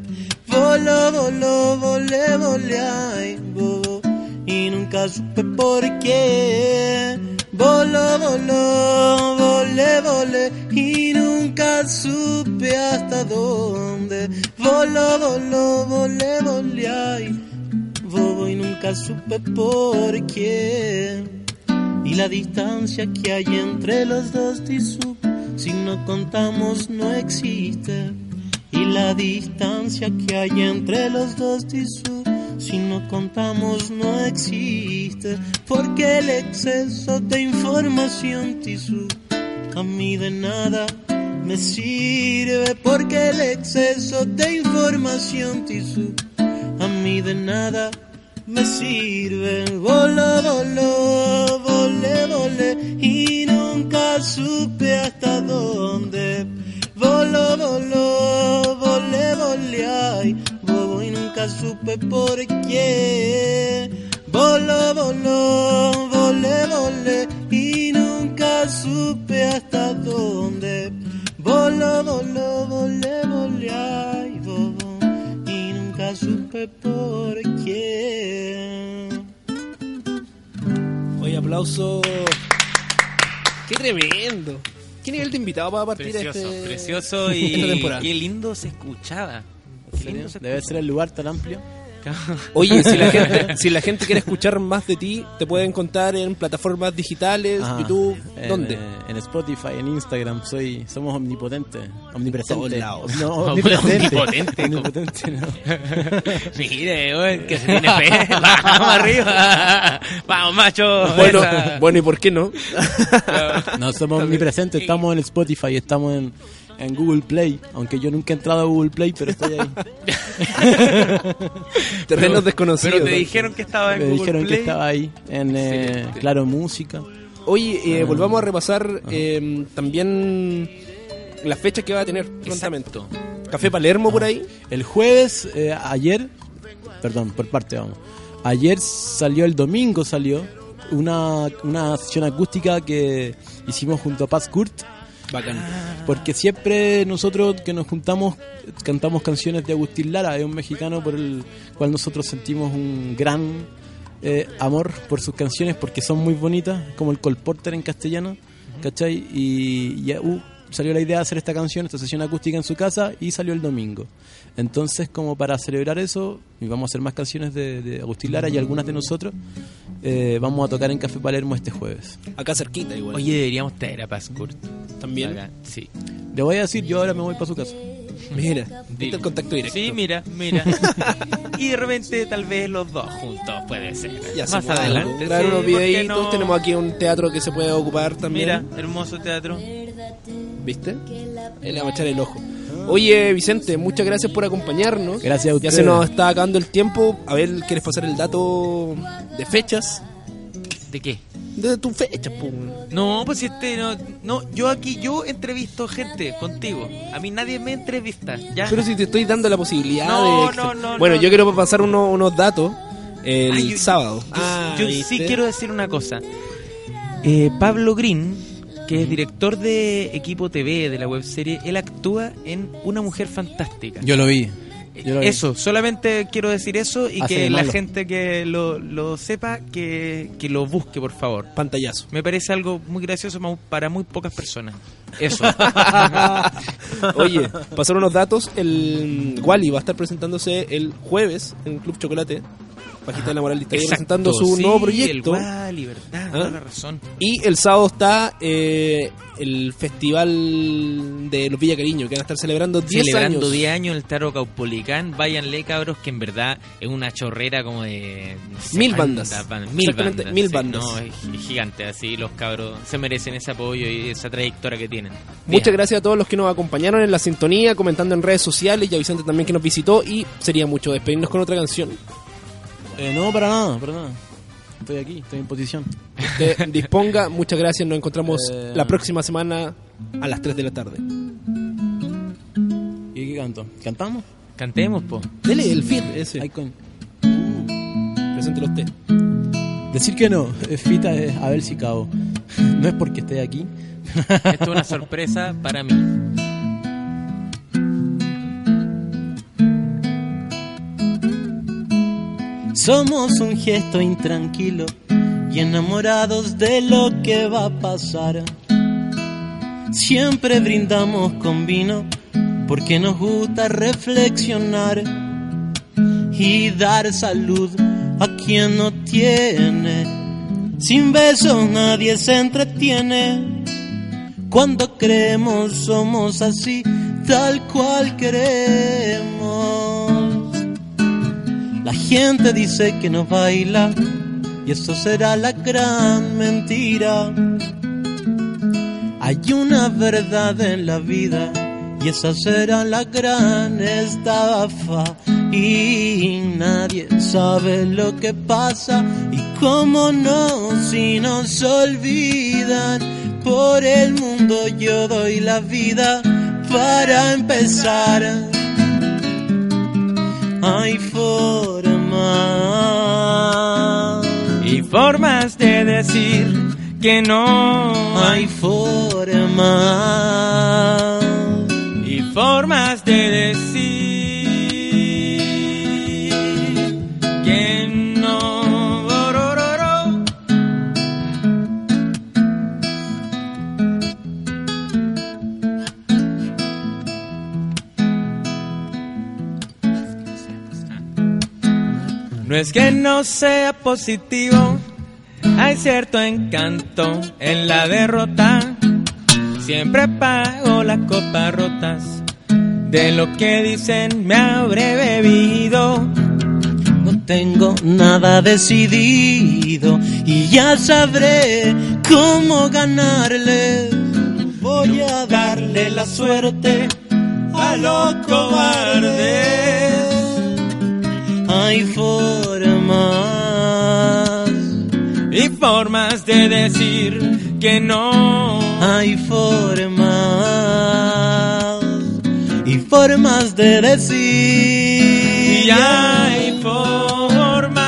Speaker 10: Voló, voló, volé, volé, ay, voló y nunca supe por qué. Voló, voló, volé, volé y nunca supe hasta dónde. Voló, voló, volé, volé, ay, bobo y nunca supe por qué. Y la distancia que hay entre los dos disú, si no contamos no existe. Y la distancia que hay entre los dos disú, si no contamos no existe. Porque el exceso de información tisú a mí de nada me sirve. Porque el exceso de información tisú a mí de nada me sirve. Voló, voló, volé, volé y nunca supe hasta dónde. Voló, voló, volé, volé, ay, bobo y nunca supe por qué. Voló, voló, volé, volé y nunca supe hasta dónde. Voló, voló, volé, volé, ay, bobo y nunca supe por qué.
Speaker 2: Oye, aplauso. Qué tremendo. ¿Qué nivel de invitado para partir
Speaker 3: Precioso,
Speaker 2: este...
Speaker 3: precioso
Speaker 2: esta
Speaker 3: y
Speaker 2: temporada?
Speaker 3: qué lindo se escuchaba. Qué lindo se
Speaker 12: Debe ser el lugar tan amplio.
Speaker 2: Oye, si la, gente, si la gente quiere escuchar más de ti, te pueden encontrar en plataformas digitales,
Speaker 12: Ah,
Speaker 2: YouTube,
Speaker 12: en,
Speaker 2: ¿dónde?
Speaker 12: eh, En Spotify, en Instagram, soy, somos omnipotentes.
Speaker 2: todos
Speaker 12: Omnipresentes.
Speaker 2: lados.
Speaker 12: No,
Speaker 3: Omnipotente,
Speaker 12: omnipotente.
Speaker 3: como-
Speaker 12: Omnipotente, no.
Speaker 3: Mire, weón, que se tiene fe. Vamos arriba. Vamos, macho.
Speaker 12: Bueno,
Speaker 3: Esa.
Speaker 2: bueno, ¿y por qué no?
Speaker 12: No somos omnipresentes, estamos en Spotify, estamos en,
Speaker 13: en Google Play, aunque yo nunca he entrado a Google Play, pero estoy ahí.
Speaker 2: Terrenos desconocidos.
Speaker 10: pero te dijeron que
Speaker 2: Ah,
Speaker 10: estaba en
Speaker 13: Me
Speaker 10: Google
Speaker 13: dijeron
Speaker 10: Play.
Speaker 13: que estaba ahí, en eh,
Speaker 2: Excelente.
Speaker 13: Claro Música.
Speaker 2: Oye, eh,
Speaker 13: Ah.
Speaker 2: volvamos a repasar eh, también las fechas que va a tener prontamente. Café Palermo por ahí.
Speaker 13: El jueves, eh, ayer, perdón, por parte vamos. Ayer salió, el domingo salió, una, una sesión acústica que hicimos junto a Paz Kurt.
Speaker 2: Bacán.
Speaker 13: Porque siempre nosotros que nos juntamos cantamos canciones de Agustín Lara, es un mexicano por el cual nosotros sentimos un gran eh, amor por sus canciones porque son muy bonitas, como el colporter en castellano, ¿cachai? Y ya uh, salió la idea de hacer esta canción, esta sesión acústica en su casa y salió el domingo. Entonces, como para celebrar eso, y vamos a hacer más canciones de, de Agustín
Speaker 2: Mm.
Speaker 13: Lara y algunas de nosotros, eh, vamos a tocar en Café Palermo este jueves.
Speaker 2: Acá cerquita igual.
Speaker 3: Oye, deberíamos traer a Pascurt.
Speaker 2: También.
Speaker 3: Acá, Sí.
Speaker 13: Le voy a decir, yo ahora me voy para su casa.
Speaker 2: Mira,
Speaker 3: Dile.
Speaker 2: viste el contacto directo.
Speaker 3: Sí, mira, mira. y de repente tal vez los dos juntos puede ser.
Speaker 2: Ya
Speaker 3: Más
Speaker 2: hacemos algo.
Speaker 3: adelante.
Speaker 2: Grabar
Speaker 3: sí,
Speaker 2: unos
Speaker 3: ¿por qué
Speaker 2: videitos.
Speaker 3: no?
Speaker 2: Tenemos aquí un teatro que se puede ocupar también.
Speaker 10: Mira, hermoso teatro.
Speaker 2: ¿Viste? Él le va a echar el ojo. Oye, Vicente, muchas gracias por acompañarnos.
Speaker 13: Gracias a
Speaker 2: Ya
Speaker 13: ustedes.
Speaker 2: se nos está acabando el tiempo. A ver, ¿quieres pasar el dato de fechas?
Speaker 3: ¿De qué?
Speaker 2: De tu fecha, pum.
Speaker 10: No, pues si este no, no, yo aquí yo entrevisto gente contigo. A mí nadie me entrevista, ¿ya?
Speaker 2: Pero si te estoy dando la posibilidad
Speaker 10: No,
Speaker 2: de...
Speaker 10: no, no,
Speaker 2: bueno,
Speaker 10: no,
Speaker 2: yo
Speaker 10: no.
Speaker 2: quiero pasar uno- unos datos el
Speaker 10: Ay, yo-
Speaker 2: sábado.
Speaker 10: yo-
Speaker 2: Ah,
Speaker 10: yo
Speaker 2: ¿viste?
Speaker 10: sí quiero decir una cosa.
Speaker 3: Eh, Pablo Green, que es director de Equipo TV, de la webserie, él actúa en Una Mujer Fantástica.
Speaker 13: Yo lo vi. Yo lo vi.
Speaker 3: Eso, solamente quiero decir eso y
Speaker 13: Hace
Speaker 3: que
Speaker 13: de
Speaker 3: la
Speaker 13: malo.
Speaker 3: gente que lo, lo sepa, que, que lo busque, por favor.
Speaker 2: Pantallazo.
Speaker 3: Me parece algo muy gracioso ma- para muy pocas personas. Eso.
Speaker 2: Oye, pasar unos datos. El Wally va a estar presentándose el jueves en Club Chocolate. Bajita de la moral está ahí
Speaker 3: Exacto,
Speaker 2: presentando su
Speaker 3: sí,
Speaker 2: nuevo
Speaker 3: El
Speaker 2: proyecto.
Speaker 3: Wally, verdad,
Speaker 2: ¿Ah?
Speaker 3: toda la razón.
Speaker 2: Y el sábado está eh, el festival de los Villa Cariño, que van a estar celebrando 10
Speaker 3: Celebrando
Speaker 2: años.
Speaker 3: 10 años el Taro Caupolicán, váyanle cabros que en verdad es una chorrera como de... no sé,
Speaker 2: Mil
Speaker 3: cuántas
Speaker 2: bandas.
Speaker 3: bandas, mil
Speaker 2: Exactamente,
Speaker 3: bandas.
Speaker 2: mil
Speaker 3: sí,
Speaker 2: bandas.
Speaker 3: No, es gi- gigante, así los cabros se merecen ese apoyo y esa trayectoria que tienen.
Speaker 2: Muchas
Speaker 3: Bien.
Speaker 2: gracias a todos los que nos acompañaron en la sintonía, comentando en redes sociales y a Vicente también que nos visitó. Y sería mucho despedirnos con otra canción.
Speaker 13: Eh, no, para nada, para nada. Estoy aquí, estoy en posición.
Speaker 2: Usted disponga, muchas gracias. Nos encontramos
Speaker 13: Eh.
Speaker 2: la próxima semana a las 3 de la tarde.
Speaker 13: ¿Y qué canto? ¿Cantamos?
Speaker 3: Cantemos, po.
Speaker 2: Dele el fit,
Speaker 13: Ay, coño.
Speaker 2: preséntelo usted.
Speaker 13: Decir que no, eh, Fita es Abel Sicabo. No es porque esté aquí.
Speaker 3: Esto es una sorpresa para mí.
Speaker 10: Somos un gesto intranquilo y enamorados de lo que va a pasar. Siempre brindamos con vino porque nos gusta reflexionar y dar salud a quien no tiene. Sin besos nadie se entretiene. Cuando creemos somos así, tal cual queremos. La gente dice que nos baila y eso será la gran mentira. Hay una verdad en la vida y esa será la gran estafa. Y nadie sabe lo que pasa y cómo no si nos olvidan. Por el mundo yo doy la vida para empezar hay formas y formas de decir que no hay formas y formas de decir que no Borororo. No es que no sea positivo, hay cierto encanto en la derrota. Siempre pago las copas rotas, de lo que dicen me habré bebido. No tengo nada decidido y ya sabré cómo ganarle. Voy a darle
Speaker 3: darle la suerte a los cobardes. Hay formas y formas de decir que no. Hay formas y formas de decir. Y hay formas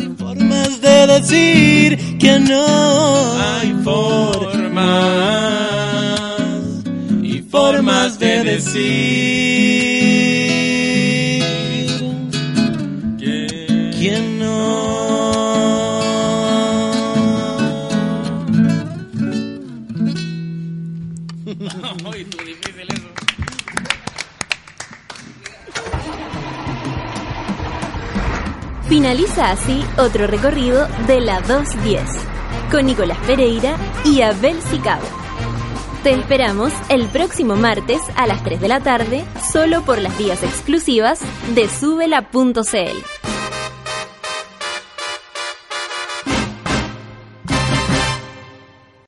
Speaker 3: y formas de decir que no. Hay formas y formas de decir que no.
Speaker 1: Finaliza así otro recorrido de la 210 con Nicolás Pereira y Abel Sicabo. Te esperamos el próximo martes a las 3 de la tarde solo por las vías exclusivas de subela.cl.